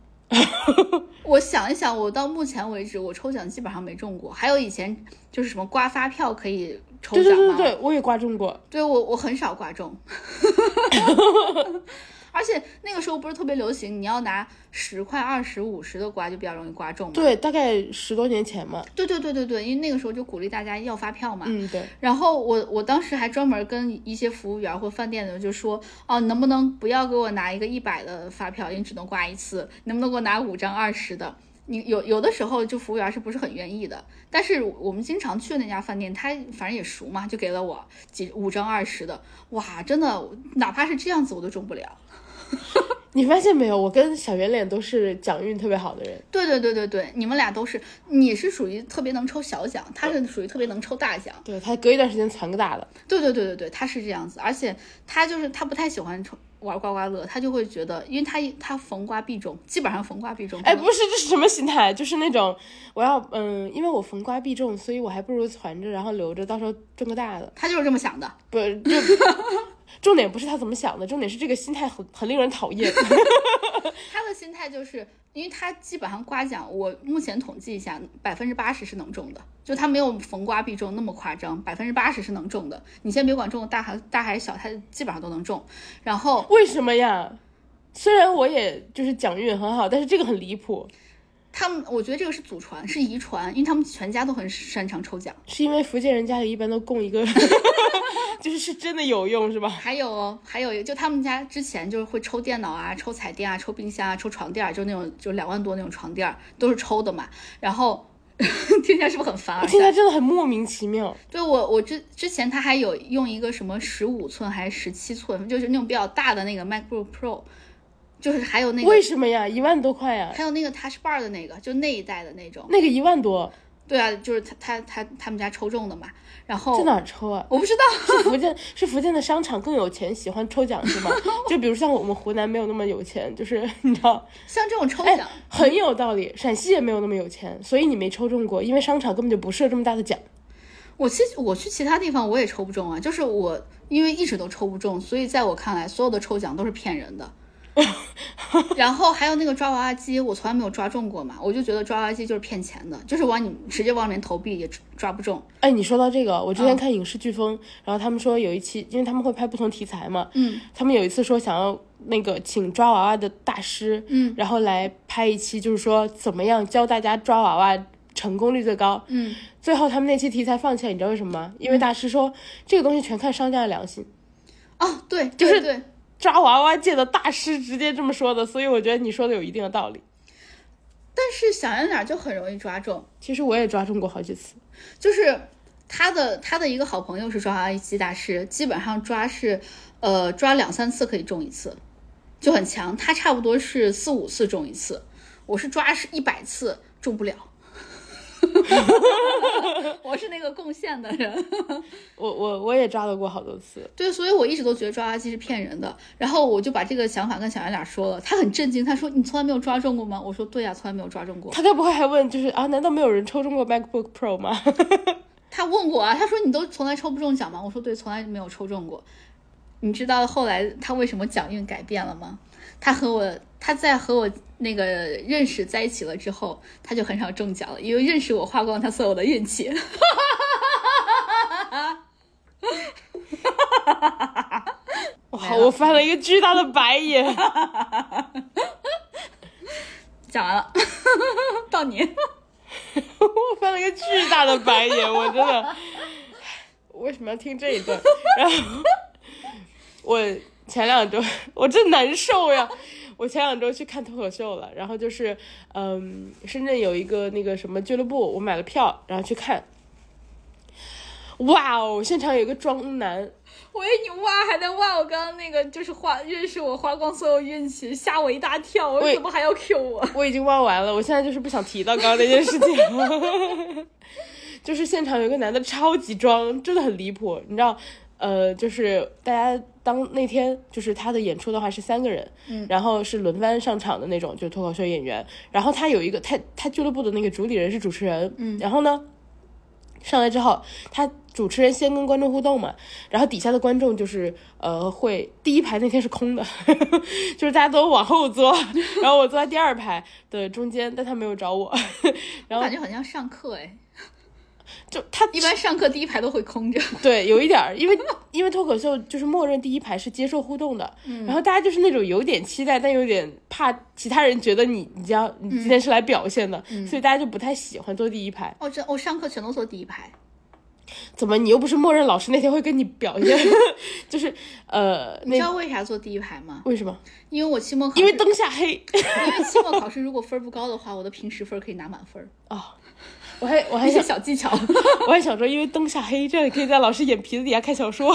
[SPEAKER 1] 我想一想，我到目前为止，我抽奖基本上没中过。还有以前就是什么刮发票可以抽
[SPEAKER 2] 对
[SPEAKER 1] 奖
[SPEAKER 2] 对对
[SPEAKER 1] 嘛，
[SPEAKER 2] 对，我也刮中过，
[SPEAKER 1] 对我我很少刮中， 而且那个时候不是特别流行，你要拿十块、二十、五十的刮就比较容易刮中嘛。
[SPEAKER 2] 对，大概十多年前嘛，
[SPEAKER 1] 对对对对对，因为那个时候就鼓励大家要发票嘛。
[SPEAKER 2] 嗯，对，
[SPEAKER 1] 然后我我当时还专门跟一些服务员或饭店的就说，哦，能不能不要给我拿一个一百的发票，因为只能刮一次，能不能给我拿五张二十的？你有有的时候就服务员是不是很愿意的？但是我们经常去的那家饭店，他反正也熟嘛，就给了我几五张二十的。哇，真的，哪怕是这样子我都中不了。
[SPEAKER 2] 你发现没有，我跟小圆脸都是奖运特别好的人，
[SPEAKER 1] 对对对对对，你们俩都是，你是属于特别能抽小奖，他是属于特别能抽大奖。
[SPEAKER 2] 对他隔一段时间攒个大的，
[SPEAKER 1] 对对对对对，他是这样子，而且他就是他不太喜欢抽玩刮刮乐，他就会觉得，因为他一他逢刮必中，基本上逢刮必中。
[SPEAKER 2] 哎，
[SPEAKER 1] 可能，
[SPEAKER 2] 不是，这是什么心态？就是那种我要，嗯，因为我逢刮必中，所以我还不如攒着，然后留着，到时候中个大的，
[SPEAKER 1] 他就是这么想的。
[SPEAKER 2] 不 就。重点不是他怎么想的，重点是这个心态很很令人讨厌。
[SPEAKER 1] 他的心态就是，因为他基本上刮奖，我目前统计一下，百分之八十是能中的，就他没有逢刮必中那么夸张，百分之八十是能中的。你先别管中的大还大还是小，他基本上都能中。然后
[SPEAKER 2] 为什么呀？虽然我也就是奖运很好，但是这个很离谱。
[SPEAKER 1] 他们我觉得这个是祖传，是遗传，因为他们全家都很擅长抽奖。
[SPEAKER 2] 是因为福建人家里一般都供一个， 就是是真的有用是吧？
[SPEAKER 1] 还有哦，还有一个就他们家之前就是会抽电脑啊、抽彩电啊、抽冰箱啊、抽床垫儿，就那种就两万多那种床垫儿都是抽的嘛。然后 听起来是不是很烦啊？
[SPEAKER 2] 听起来真的很莫名其妙。
[SPEAKER 1] 对我，我之之前他还有用一个什么十五寸还是十七寸，就是那种比较大的那个 MacBook Pro，就是还有那个
[SPEAKER 2] 为什么呀？一万多块呀？
[SPEAKER 1] 还有那个 Touch Bar 的那个，就那一代的那种。
[SPEAKER 2] 那个一万多
[SPEAKER 1] 对啊，就是他他他他们家抽中的嘛。然
[SPEAKER 2] 在
[SPEAKER 1] 后
[SPEAKER 2] 哪儿抽啊？
[SPEAKER 1] 我不知道，
[SPEAKER 2] 是福建是福建的商场更有钱，喜欢抽奖 是吗？就比如像我们湖南没有那么有钱，就是 你知道，
[SPEAKER 1] 像这种抽
[SPEAKER 2] 哎
[SPEAKER 1] 奖，，
[SPEAKER 2] 很有道理。陕西也没有那么有钱，所以你没抽中过，因为商场根本就不设这么大的奖。
[SPEAKER 1] 我其实我去其他地方我也抽不中啊，就是我因为一直都抽不中，所以在我看来，所有的抽奖都是骗人 的。然后还有那个抓娃娃机，我从来没有抓中过嘛，我就觉得抓娃娃机就是骗钱的，就是往你直接往里面投币也抓抓不中。
[SPEAKER 2] 哎，你说到这个，我
[SPEAKER 1] 嗯
[SPEAKER 2] 之前看影视飓风，然后他们说有一期，因为他们会拍不同题材嘛，
[SPEAKER 1] 嗯，
[SPEAKER 2] 他们有一次说想要那个请抓娃娃的大师，嗯，然后来拍一期，就是说怎么样教大家抓娃娃成功率最高，
[SPEAKER 1] 嗯，
[SPEAKER 2] 最后他们那期题材放弃了，你知道为什么吗？因为大师说、这个东西全看商家的良心，
[SPEAKER 1] 哦，对，
[SPEAKER 2] 就
[SPEAKER 1] 对
[SPEAKER 2] 是
[SPEAKER 1] 对，
[SPEAKER 2] 抓娃娃界的大师直接这么说的，所以我觉得你说的有一定的道理。
[SPEAKER 1] 但是想要哪儿就很容易抓中，
[SPEAKER 2] 其实我也抓中过好几次，
[SPEAKER 1] 就是他的他的一个好朋友是抓娃娃机大师，基本上抓是呃抓两三次可以中一次，就很强。他差不多是四五次中一次，我是抓是一百次中不了。 我是那个贡献的人，
[SPEAKER 2] 我我我也抓到过好多次，
[SPEAKER 1] 对，所以我一直都觉得抓娃娃机是骗人的。然后我就把这个想法跟小圆脸说了，他很震惊，他说：“你从来没有抓中过吗？”我说：“对呀、从来没有抓中过。”
[SPEAKER 2] 他该不会还问就是啊，难道没有人抽中过 MacBook Pro 吗？
[SPEAKER 1] 他问我啊，他说你都从来抽不中奖吗？我说对，从来没有抽中过。你知道后来他为什么奖运改变了吗？他和我，他在和我那个认识在一起了之后，他就很少中奖了，因为认识我花光他所有的运气。
[SPEAKER 2] 我
[SPEAKER 1] 没
[SPEAKER 2] 好，
[SPEAKER 1] 了
[SPEAKER 2] 我翻了一个巨大的白眼。
[SPEAKER 1] 讲完了， 到你。
[SPEAKER 2] 我翻了一个巨大的白眼，我真的哎为什么要听这一段？然后我前两周我真难受呀！我前两周去看脱口秀了，然后就是嗯，深圳有一个那个什么俱乐部，我买了票，然后去看。哇哦！现场有一个装男，
[SPEAKER 1] 我以为你哇还在哇，我刚刚那个就是花认识我花光所有运气，吓我一大跳。我
[SPEAKER 2] 喂
[SPEAKER 1] 怎么还要 Q 我？
[SPEAKER 2] 我已经忘完了，我现在就是不想提到刚刚那件事情。就是现场有一个男的超级装，真的很离谱，你知道，呃，就是大家当那天就是他的演出的话是三个人，嗯，然后是轮番上场的那种，就是脱口秀演员。然后他有一个他他俱乐部的那个主理人是主持人，嗯，然后呢，上来之后，他主持人先跟观众互动嘛，然后底下的观众就是呃会第一排那天是空的， 就是大家都往后坐，然后我坐在第二排的中间，但他没有找我，
[SPEAKER 1] 我感觉很像上课哎，
[SPEAKER 2] 就他
[SPEAKER 1] 一般上课第一排都会空着。
[SPEAKER 2] 对，有一点儿，因为因为脱口秀就是默认第一排是接受互动的，
[SPEAKER 1] 嗯
[SPEAKER 2] 然后大家就是那种有点期待，但有点怕其他人觉得你你将你今
[SPEAKER 1] 嗯
[SPEAKER 2] 天是来表现的，所以大家就不太喜欢坐第一排。
[SPEAKER 1] 哦，真我上课全都坐第一排。
[SPEAKER 2] 怎么你又不是默认老师那天会跟你表现？ 就是呃，
[SPEAKER 1] 你知
[SPEAKER 2] 那
[SPEAKER 1] 道为啥坐第一排吗？
[SPEAKER 2] 为什么？
[SPEAKER 1] 因为我期末考试，
[SPEAKER 2] 因为灯下黑
[SPEAKER 1] 因为期末考试如果分儿不高的话，我的平时分儿可以拿满 分儿，
[SPEAKER 2] 哦。我还我还
[SPEAKER 1] 一些
[SPEAKER 2] 想
[SPEAKER 1] 小技巧。
[SPEAKER 2] 我还想说，因为灯下黑，这样也可以在老师眼皮子底下看小说。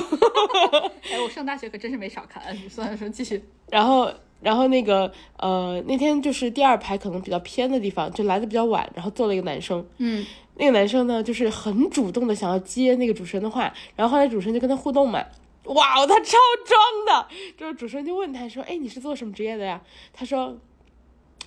[SPEAKER 1] 哎，我上大学可真是没少看。哎算了，说继 续。
[SPEAKER 2] 然后，然后那个呃，那天就是第二排可能比较偏的地方，就来的比较晚，然后坐了一个男生。
[SPEAKER 1] 嗯，
[SPEAKER 2] 那个男生呢，就是很主动的想要接那个主持人的话，然后后来主持人就跟他互动嘛。哇哦，他超装的！就是主持人就问他说：“哎，你是做什么职业的呀？”他说：“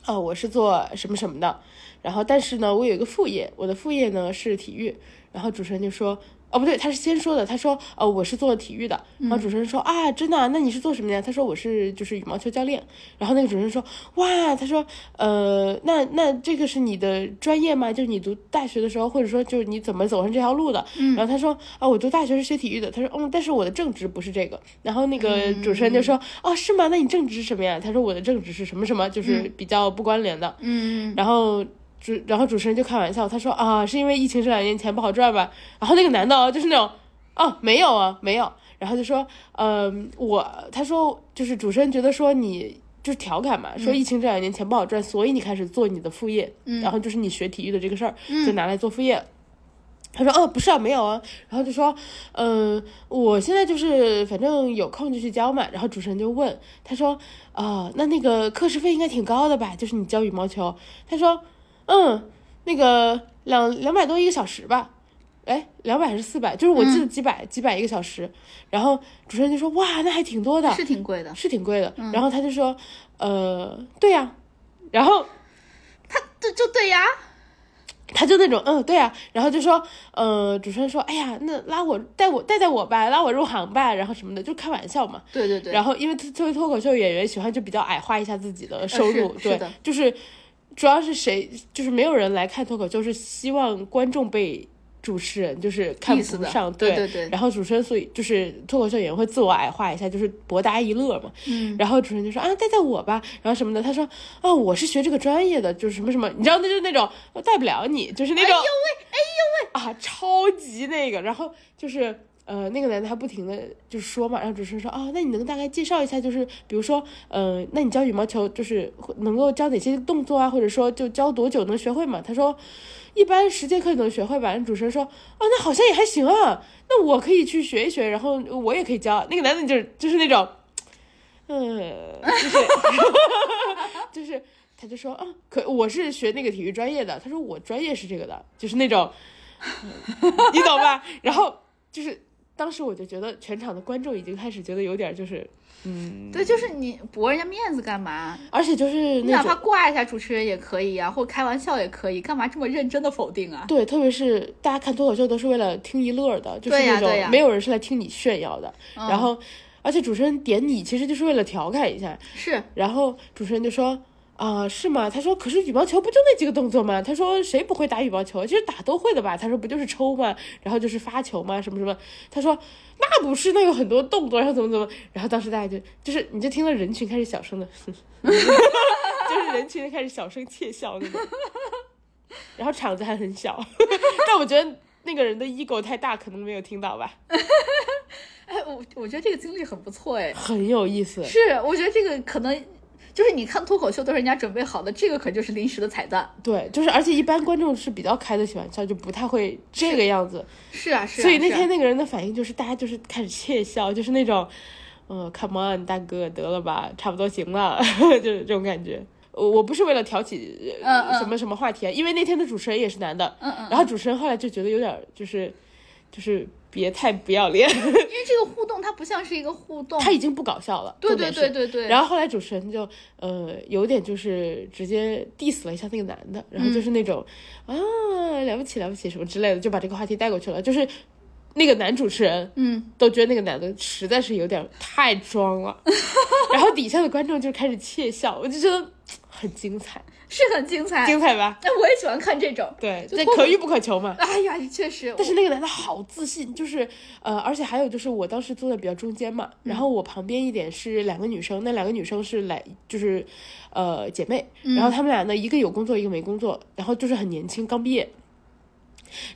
[SPEAKER 2] 哦，我是做什么什么的。然后，但是呢，我有一个副业，我的副业呢是体育。然后主持人就说：哦，不对，他是先说的，他说：哦，我是做体育的。然后主持人说：啊，真的啊、那你是做什么的呀？他说：我是就是羽毛球教练。然后那个主持人说：哇，他说，呃，那那这个是你的专业吗？就是你读大学的时候，或者说就是你怎么走上这条路的？然后他说：啊，我读大学是学体育的。他说：嗯，但是我的正职不是这个。然后那个主持人就说：哦，是吗？那你正职是什么呀？他说：我的正职是什么什么，就是比较不关联的。
[SPEAKER 1] 嗯，
[SPEAKER 2] 然后主然后主持人就开玩笑，他说啊，是因为疫情这两年钱不好赚吧？然后那个男的哦就是那种啊，没有啊，没有。然后就说，嗯、我他说就是主持人觉得说你就是调侃嘛，说疫情这两年钱不好赚，所以你开始做你的副业，然后就是你学体育的这个事儿，就拿来做副业。他说：“哦，不是啊，没有啊。”然后就说：“嗯、我现在就是反正有空就去教嘛。”然后主持人就问他说：“啊、那那个课时费应该挺高的吧？就是你教羽毛球。”他说：“嗯，那个两两百多一个小时吧。”哎，两百还是四百？就是我记得几百、几百一个小时。然后主持人就说：“哇，那还挺多的，
[SPEAKER 1] 是挺贵的。
[SPEAKER 2] 是挺贵的。然后他就说：“呃，对呀、然后
[SPEAKER 1] 对，就对呀，
[SPEAKER 2] 他就那种嗯，对啊，然后就说，呃，主持人说，哎呀，那拉我带我带带我吧，拉我入行吧，然后什么的，就开玩笑嘛。
[SPEAKER 1] 对对对，
[SPEAKER 2] 然后因为他作为脱口秀演员，喜欢就比较矮化一下自己的收入，
[SPEAKER 1] 呃是是
[SPEAKER 2] 对
[SPEAKER 1] 的，
[SPEAKER 2] 就是主要是谁，就是没有人来看脱口秀，是希望观众被主持人就是看
[SPEAKER 1] 意思
[SPEAKER 2] 不
[SPEAKER 1] 的
[SPEAKER 2] 上，
[SPEAKER 1] 对对对
[SPEAKER 2] 然后主持人所以就是脱口秀演员会自我矮化一下，就是博大家一乐嘛。
[SPEAKER 1] 嗯，
[SPEAKER 2] 然后主持人就说啊，带带我吧，然后什么的，他说啊，我是学这个专业的，就是什么什么，你知道，那就是那种我带不了你，就是那种。啊，超级那个，然后就是呃，那个男的还不停的就说嘛，然后主持人说啊，那你能大概介绍一下，就是比如说呃，那你教羽毛球就是会能够教哪些动作啊，或者说就教多久能学会嘛？他说一般十节课能学会吧。然后主持人说啊，那好像也还行啊，那我可以去学一学，然后我也可以教。那个男的就是就是那种，呃，就是 就是。他就说啊，可我是学那个体育专业的，他说我专业是这个的，就是那种，嗯你懂吧？然后就是当时我就觉得全场的观众已经开始觉得有点就是，
[SPEAKER 1] 对，就是你驳人家面子干嘛？
[SPEAKER 2] 而且就是
[SPEAKER 1] 你哪
[SPEAKER 2] 那种
[SPEAKER 1] 怕挂一下主持人也可以啊，或开玩笑也可以，干嘛这么认真的否定啊？
[SPEAKER 2] 对，特别是大家看脱口秀都是为了听一乐的，就是
[SPEAKER 1] 对呀
[SPEAKER 2] 那种
[SPEAKER 1] 对呀嗯
[SPEAKER 2] 没有人是来听你炫耀的。然后，而且主持人点你其实就是为了调侃一下。
[SPEAKER 1] 是，
[SPEAKER 2] 然后主持人就说。啊、是吗？他说，可是羽毛球不就那几个动作吗？他说谁不会打羽毛球？其实打都会的吧。他说不就是抽吗？然后就是发球吗？什么什么？他说那不是，那有很多动作，然后怎么怎么？然后当时大家就就是，你就听到人群开始小声 的，就是人群开始小声窃笑那种。然后场子还很小， 但我觉得那个人的 ego 太大，可能没有听到吧。
[SPEAKER 1] 哎，我我觉得这个经历很不错哎，
[SPEAKER 2] 很有意思，
[SPEAKER 1] 是，我觉得这个可能就是你看脱口秀都是人家准备好的，这个可就是临时的彩蛋。
[SPEAKER 2] 对，就是而且一般观众是比较开得起玩笑，就不太会这个样子。
[SPEAKER 1] 是啊，是啊。
[SPEAKER 2] 所以那
[SPEAKER 1] 是啊
[SPEAKER 2] 天那个人的反应就是，大家就是开始窃笑，就是那种，呃，come on，大哥，得了吧，差不多行了， 就是这种感觉。我我不是为了挑起
[SPEAKER 1] 嗯
[SPEAKER 2] 呃
[SPEAKER 1] 嗯
[SPEAKER 2] 什么什么话题啊，因为那天的主持人也是男的，
[SPEAKER 1] 嗯嗯
[SPEAKER 2] 然后主持人后来就觉得有点儿就是，就是别太不要脸，
[SPEAKER 1] 因为这个互动它不像是一个互动，
[SPEAKER 2] 他已经不搞笑了，
[SPEAKER 1] 对
[SPEAKER 2] 重
[SPEAKER 1] 对
[SPEAKER 2] 点是
[SPEAKER 1] 对对对，
[SPEAKER 2] 然
[SPEAKER 1] 后
[SPEAKER 2] 后后来主持人就呃有点就是直接 diss 了一下那个男的，然后就是那种、
[SPEAKER 1] 嗯
[SPEAKER 2] 啊了不起了不起什么之类的，就把这个话题带过去了。就是那个男主持人
[SPEAKER 1] 嗯，
[SPEAKER 2] 都觉得那个男的实在是有点太装了， 然后底下的观众就开始窃笑，我就觉得很精彩，
[SPEAKER 1] 是很精彩。
[SPEAKER 2] 精彩吧？
[SPEAKER 1] 哎，我也喜欢看这种。
[SPEAKER 2] 对，
[SPEAKER 1] 就
[SPEAKER 2] 这
[SPEAKER 1] 脱口
[SPEAKER 2] 可遇不可求嘛。
[SPEAKER 1] 哎呀，确实，
[SPEAKER 2] 但是
[SPEAKER 1] 我
[SPEAKER 2] 那个男的好自信，就是呃，而且还有就是我当时坐在比较中间嘛，然后我旁边一点是两个女生，那两个女生是来就是呃姐妹，然后她们俩呢一个有工作，一个没工作，然后就是很年轻，刚毕业。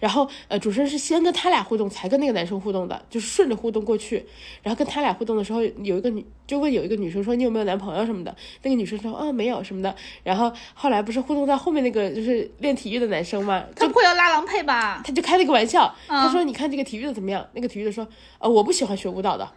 [SPEAKER 2] 然后，呃，主持人是先跟他俩互动，才跟那个男生互动的，就是顺着互动过去。然后跟他俩互动的时候，有一个女就问有一个女生说你有没有男朋友什么的，那个女生说啊没有什么的。然后后来不是互动到后面那个就是练体育的男生嘛，
[SPEAKER 1] 他不会要拉郎配吧？
[SPEAKER 2] 他就开了个玩笑，他
[SPEAKER 1] 嗯
[SPEAKER 2] 说：“你看这个体育的怎么样？”那个体育的说：“呃，我不喜欢学舞蹈的。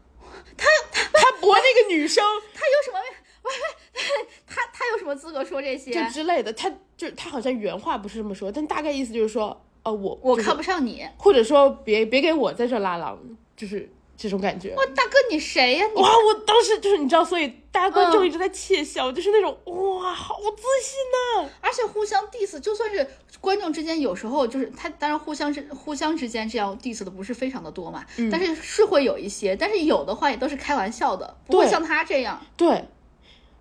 [SPEAKER 2] 他”他他博那个女生
[SPEAKER 1] 他有什么？喂喂，他他有什么资格说这些
[SPEAKER 2] 就？之类的，他就他好像原话不是这么说，但大概意思就是说，呃，我
[SPEAKER 1] 我
[SPEAKER 2] 就是
[SPEAKER 1] 看不上你，
[SPEAKER 2] 或者说别别给我在这拉郎，就是这种感觉。
[SPEAKER 1] 哇，大哥你谁呀？你
[SPEAKER 2] 哇！我当时就是你知道，所以大家观众
[SPEAKER 1] 嗯
[SPEAKER 2] 一直在窃笑，就是那种哇，好自信呐、
[SPEAKER 1] 而且互相 diss，就算是观众之间，有时候就是他，当然互相之互相之间这样 diss 的不是非常的多嘛，但是是会有一些，但是有的话也都是开玩笑的，不会
[SPEAKER 2] 对
[SPEAKER 1] 像他这样。
[SPEAKER 2] 对，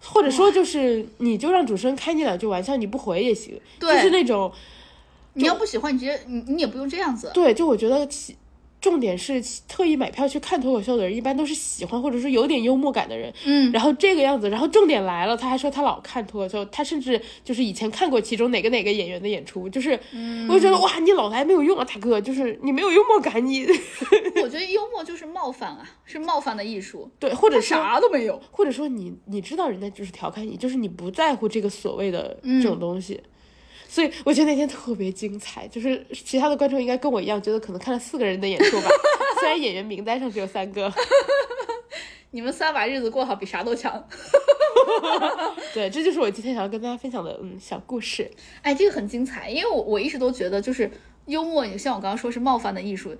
[SPEAKER 2] 或者说就是你就让主持人开你两句玩笑，你不回也行，
[SPEAKER 1] 对
[SPEAKER 2] 就是那种
[SPEAKER 1] 你要不喜欢，你直接你你也不用这样子。
[SPEAKER 2] 对，就我觉得其重点是特意买票去看脱口秀的人，一般都是喜欢或者是有点幽默感的人。
[SPEAKER 1] 嗯，
[SPEAKER 2] 然后这个样子，然后重点来了，他还说他老看脱口秀，他甚至就是以前看过其中哪个哪个演员的演出，就是，我就觉得哇，你老来没有用啊，大哥，就是你没有幽默感，你
[SPEAKER 1] 我觉得幽默就是冒犯啊，是冒犯的艺术，
[SPEAKER 2] 对，或者
[SPEAKER 1] 他
[SPEAKER 2] 是
[SPEAKER 1] 啥都没有。
[SPEAKER 2] 或者说你你知道人家就是调侃你，就是你不在乎这个所谓的这种东西。所以我觉得那天特别精彩，就是其他的观众应该跟我一样，觉得可能看了四个人的演出吧， 虽然演员名单上只有三个。
[SPEAKER 1] 你们仨把日子过好比啥都强。
[SPEAKER 2] 对，这就是我今天想要跟大家分享的嗯小故事。
[SPEAKER 1] 哎，这个很精彩，因为我我一直都觉得，就是幽默，也像我刚刚说是冒犯的艺术，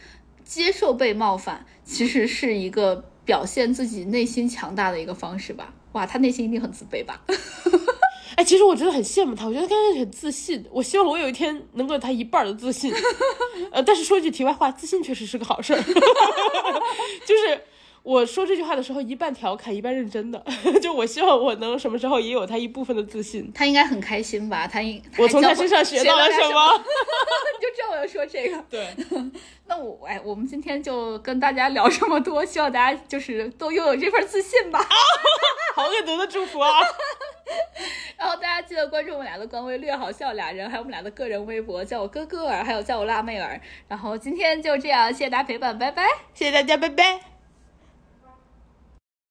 [SPEAKER 1] 接受被冒犯其实是一个表现自己内心强大的一个方式吧。哇，他内心一定很自卑吧？
[SPEAKER 2] 哎，其实我真的很羡慕他，我觉得他真的很自信。我希望我有一天能够有他一半儿的自 信。呃，但是说句题外话，自信确实是个好事儿。 就是我说这句话的时候，一半调侃，一半认真的。 就我希望我能什么时候也有他一部分的自信。
[SPEAKER 1] 他应该很开心吧？他应
[SPEAKER 2] 我从他
[SPEAKER 1] 他
[SPEAKER 2] 身上学到
[SPEAKER 1] 了
[SPEAKER 2] 了
[SPEAKER 1] 他
[SPEAKER 2] 什
[SPEAKER 1] 么？
[SPEAKER 2] 么？
[SPEAKER 1] 你就知道我要说这个。
[SPEAKER 2] 对，
[SPEAKER 1] 那我哎，我们今天就跟大家聊这么多，希望大家就是都拥有这份自信吧。
[SPEAKER 2] 好恶毒的祝福啊！
[SPEAKER 1] 然后大家记得关注我们俩的官微“略好笑俩人”，还有我们俩的个人微博，叫我哥哥儿，还有叫我辣妹儿。然后今天就这样，谢谢大家陪伴，拜拜。
[SPEAKER 2] 谢谢大家，拜拜。